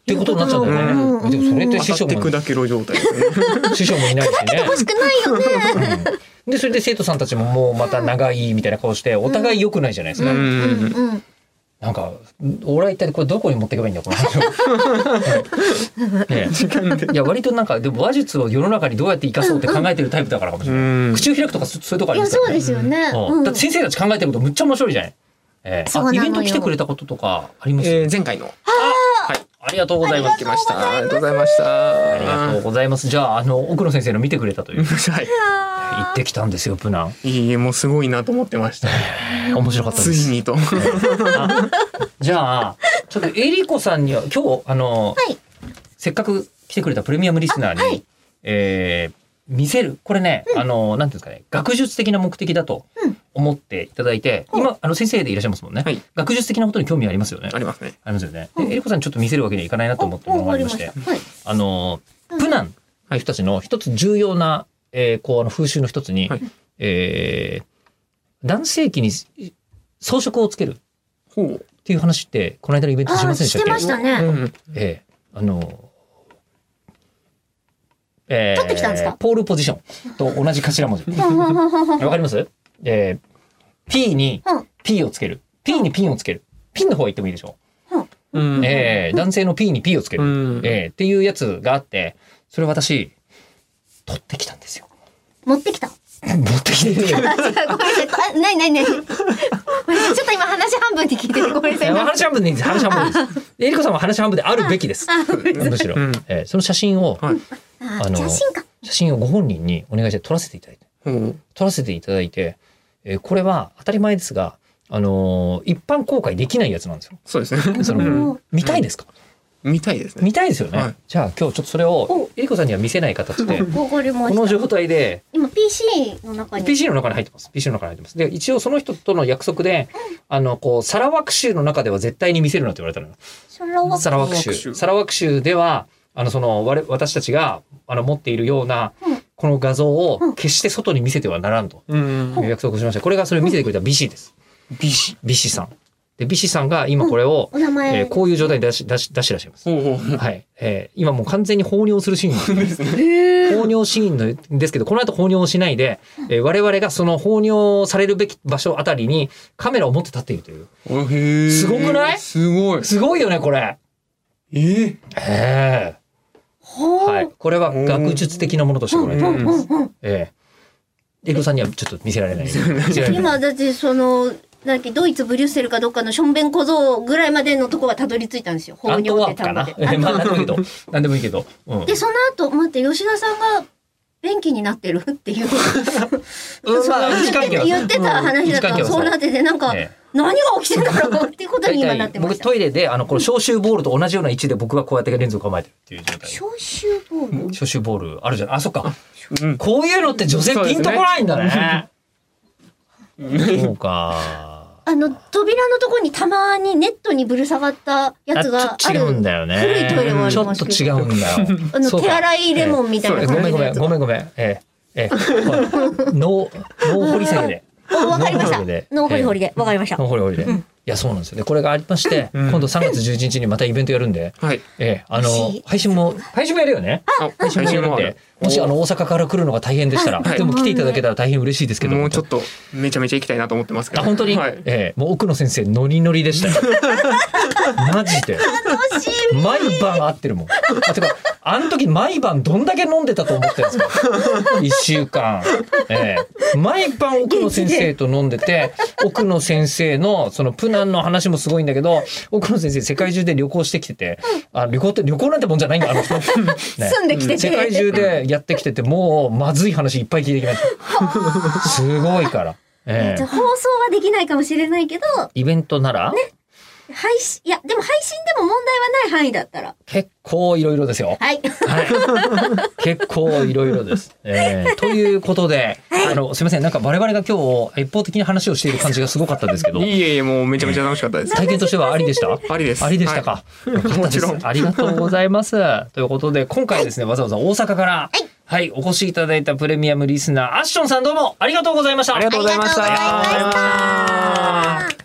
A: てことになっちゃうんだよね。
B: うん
A: でもそれで師匠
C: 当たって
A: も
C: 砕けろ状態ですね。
A: 師匠もいないしね。
B: 欲しくないよね。
A: うんでそれで生徒さんたちももうまた長いみたいな顔してお互い良くないじゃないです
C: う
A: か。
C: ん
B: うんうん。
A: なんか俺は一体これどこに持っていけばいいんだこの話を。はいね
C: 時間で。
A: いや割となんかでも話術を世の中にどうやって生かそうって考えてるタイプだからかもし
C: う
A: れない。
C: ん。
A: 口を開くとかそそういうとこあ
B: い
A: りま
B: や
A: すか
B: そう
A: ら
B: で
A: ね。
B: すよね。
A: うんだって
B: あ
A: 先生たち考えてることむっちゃ面白いじゃない。えー
B: そうな
A: あ
B: の
A: イ
B: よ
A: ベント来てくれたこととかあります、
C: えー前回の
A: ありがとうございま
C: 行
A: す。
C: きました。ありがとうございました。
A: ありがとうございます。じゃああの奥野先生の見てくれたという。
C: はい。
A: 行ってきたんですよプナン。
C: いいえ、もうすごいなと思ってました。
A: 面白かった
C: つ
A: で
C: い
A: す。
C: にと。
A: あじゃあちょっとえりこさんには今日あの、
B: はい
A: せっかく来てくれたプレミアムリスナーに、
B: あはい
A: えー見せるこれね、あのなんていうんですかね学術的な目的だと
B: うん
A: 思っていただいて、今あの先生でいらっしゃいますもんね、
C: はい
A: 学術的なことに興味ありますよね
C: ありますね。
A: ありますよね、
B: うん
A: でえりこさんにちょっと見せるわけにはいかないなと思ってもらいまして
B: た。はい。
A: あの
B: うん
A: プナンの人たちの一つ重要な、えーこうあの風習の一つに、
C: はい
A: えー男性器に装飾をつける
C: ほう。
A: っていう話ってこの間のイベントしませんでしたっけ
B: あーしてましたね
C: うん
A: ええあのえー
B: 取ってきたんですか
A: ポールポジションと同じ頭文字わかりますえー、P に
B: うん
A: P をつける P にピンをつけるピンの方が言ってもいいでしょ
C: うん。
A: えー、男性の P に P をつけ
C: う
A: る、
C: ん。
A: えーっていうやつがあってそれ私取ってきたんですよ
B: 持ってきた。
A: 持ってきてねえよ
B: あ、違う、ごめんなさい。あ、ないないない。ごめんなさいちょっと今話半分で聞いてて、ごめんなさい。
A: 話半分でいいんです話半分ですえりこさんは話半分であるべきですむしろ、
C: うん
A: えーその写真を
C: はい。
B: あ
A: あの
B: 写真か。
A: 写真をご本人にお願いして撮らせていただいて
C: ほう。
A: 撮らせていただいて、えーこれは当たり前ですが、あのー一般公開できないやつなんですよ。
C: そうですね。
A: その
C: うん
B: お
A: 見たいですか、
C: 見たいですね。
A: 見たいですよね、
C: はい
A: じゃあ今日ちょっとそれを
B: お
A: えりこさんには見せない形で、こ
B: わかりま
A: の
B: し
A: 状
B: た。
A: 態で
B: 今 PC の中に。
A: PC の中に入ってます。PC の中に入ってます。で、一応その人との約束で、あの、こう、サラワク州の中では絶対に見せるなって言われたのよ。
B: それは
A: サラワク
C: サラ
A: 州。
C: ワク州
A: サラワク州では、あの、その、我々私たちが、あの、持っているような
B: うん、
A: この画像
B: う
A: を
B: ん
A: 決して外に見せてはならんと。
C: うん
A: いう約束をしました。これがそれを見せてくれたビシです。ビシ。ビシさん。で、ビシさんが今これを、
B: お名前。
A: えーこういう状態で出し、出し、出してらっしゃいます。
C: ほうほう。
A: はい。えー今もう完全に放尿するシーンですね 放尿シーンのですけど、この後放尿をしないで、えー我々がその放尿されるべき場所あたりにカメラを持って立っているという。
C: おへー
A: すごくない
C: すごい。
A: すごいよね、これ。
C: ええ。
A: ええ
B: ほう。
A: はい。これは学術的なものとしてご覧いただき
B: う
A: ます。
B: んうん。
A: ええエリコさんにはちょっと見せられない。見せられない。
B: 今だってその、なんかドイツブリュッセルかどっかのションベン小僧ぐらいまでのとこはたどり着いたんですよ。
A: ア
B: 放
A: ントワー
B: 尿っ
A: プ
B: て
A: かな
B: 単語で。。
A: えー まあ、なんでもいいけど。なんでもいいけど。うん。
B: で、その後、待って、吉田さんが、便器になってる っていう。
A: うん、まあ、位置関係は
B: 言ってた話だと、そうなってて、なんか、
A: ええ
B: 何が起きてんだろうっていうことに今なってま
A: 僕
B: した。
A: トイレであのこの消臭ボールと同じような位置で僕はこうやってレンズを構えてるっていう状態
B: 消臭ボール
A: 消臭ボールあるじゃんあそっか
C: うん。
A: こういうのって女性ピンとこないんだねそうか
B: あの、扉のとこにたまにネットにぶる下がったやつが
A: あち
B: あ
A: ょっと違うん
B: る。
A: だよね
B: 古いトイレはあり
A: ちょ
B: ま
A: っ
B: す
A: と
B: けど
A: 違うんだよ
B: あの、
A: そうか
B: 手洗いレモンみたいな
A: ご
B: 感
A: めんご
B: じの
A: め
B: や
A: ん
B: つ
A: ご
B: が。
A: めんごめんええええ脳脳掘り下げで
B: おわかりまし
A: ノーホリ
B: た
A: で。
B: ノーホリホリで。わかりました。
A: 脳
B: は
A: 掘り掘りで、いやそうなんですよねこれがありまして、
C: うん
A: 今度3月11日にまたイベントやるんで
C: はい。
A: ええ、あの
B: 嬉しい
A: 配信も配信もやるよね。
C: あ、
A: 配信もやるんで、もしあの大阪から来るのが大変でしたら、
C: はい
A: でも来ていただけたら大変嬉しいですけど、
C: もうちょっとめちゃめちゃ行きたいなと思ってますけど。
A: あ本当に、
C: はい。
A: ええ、もう奥野先生ノリノリで したよ。マジで毎晩会ってるもん。あてかあの時毎晩どんだけ飲んでたと思ってるんですか。 一週間、ええ、毎晩奥野先生と飲んでて、奥野先生のそのプナンの話もすごいんだけど、奥野先生世界中で旅行してきてて、あ旅行って旅行なんてもんじゃないんだあの 人。ね
B: 住んできてて
A: 世界中でやってきててもうまずい話いっぱい聞いてきました。 すごいから。え
B: じゃ
A: え
B: あ放送はできないかもしれないけど、
A: イベントなら、
B: 配信、いや、でも配信でも問題はない範囲だったら。
A: 結構いろいろですよ。
B: はい。
A: はい、結構いろいろです、えーということで、あのすみませんなんか我々が今日一方的に話をしている感じがすごかったですけど
C: いえいえ、もうめちゃめちゃ楽しかったです。
A: 体験としてはありでした
C: ありです。
A: ありでした
C: は
A: か、よかったです
C: もちろん
A: ありがとうございますということで今回ですねわざわざ大阪からはい、お越しいただいたプレミアムリスナーアッションさんどうもありがとうございました
C: い。ありがとうございました。
B: ありがとうございました
C: ありがとうございました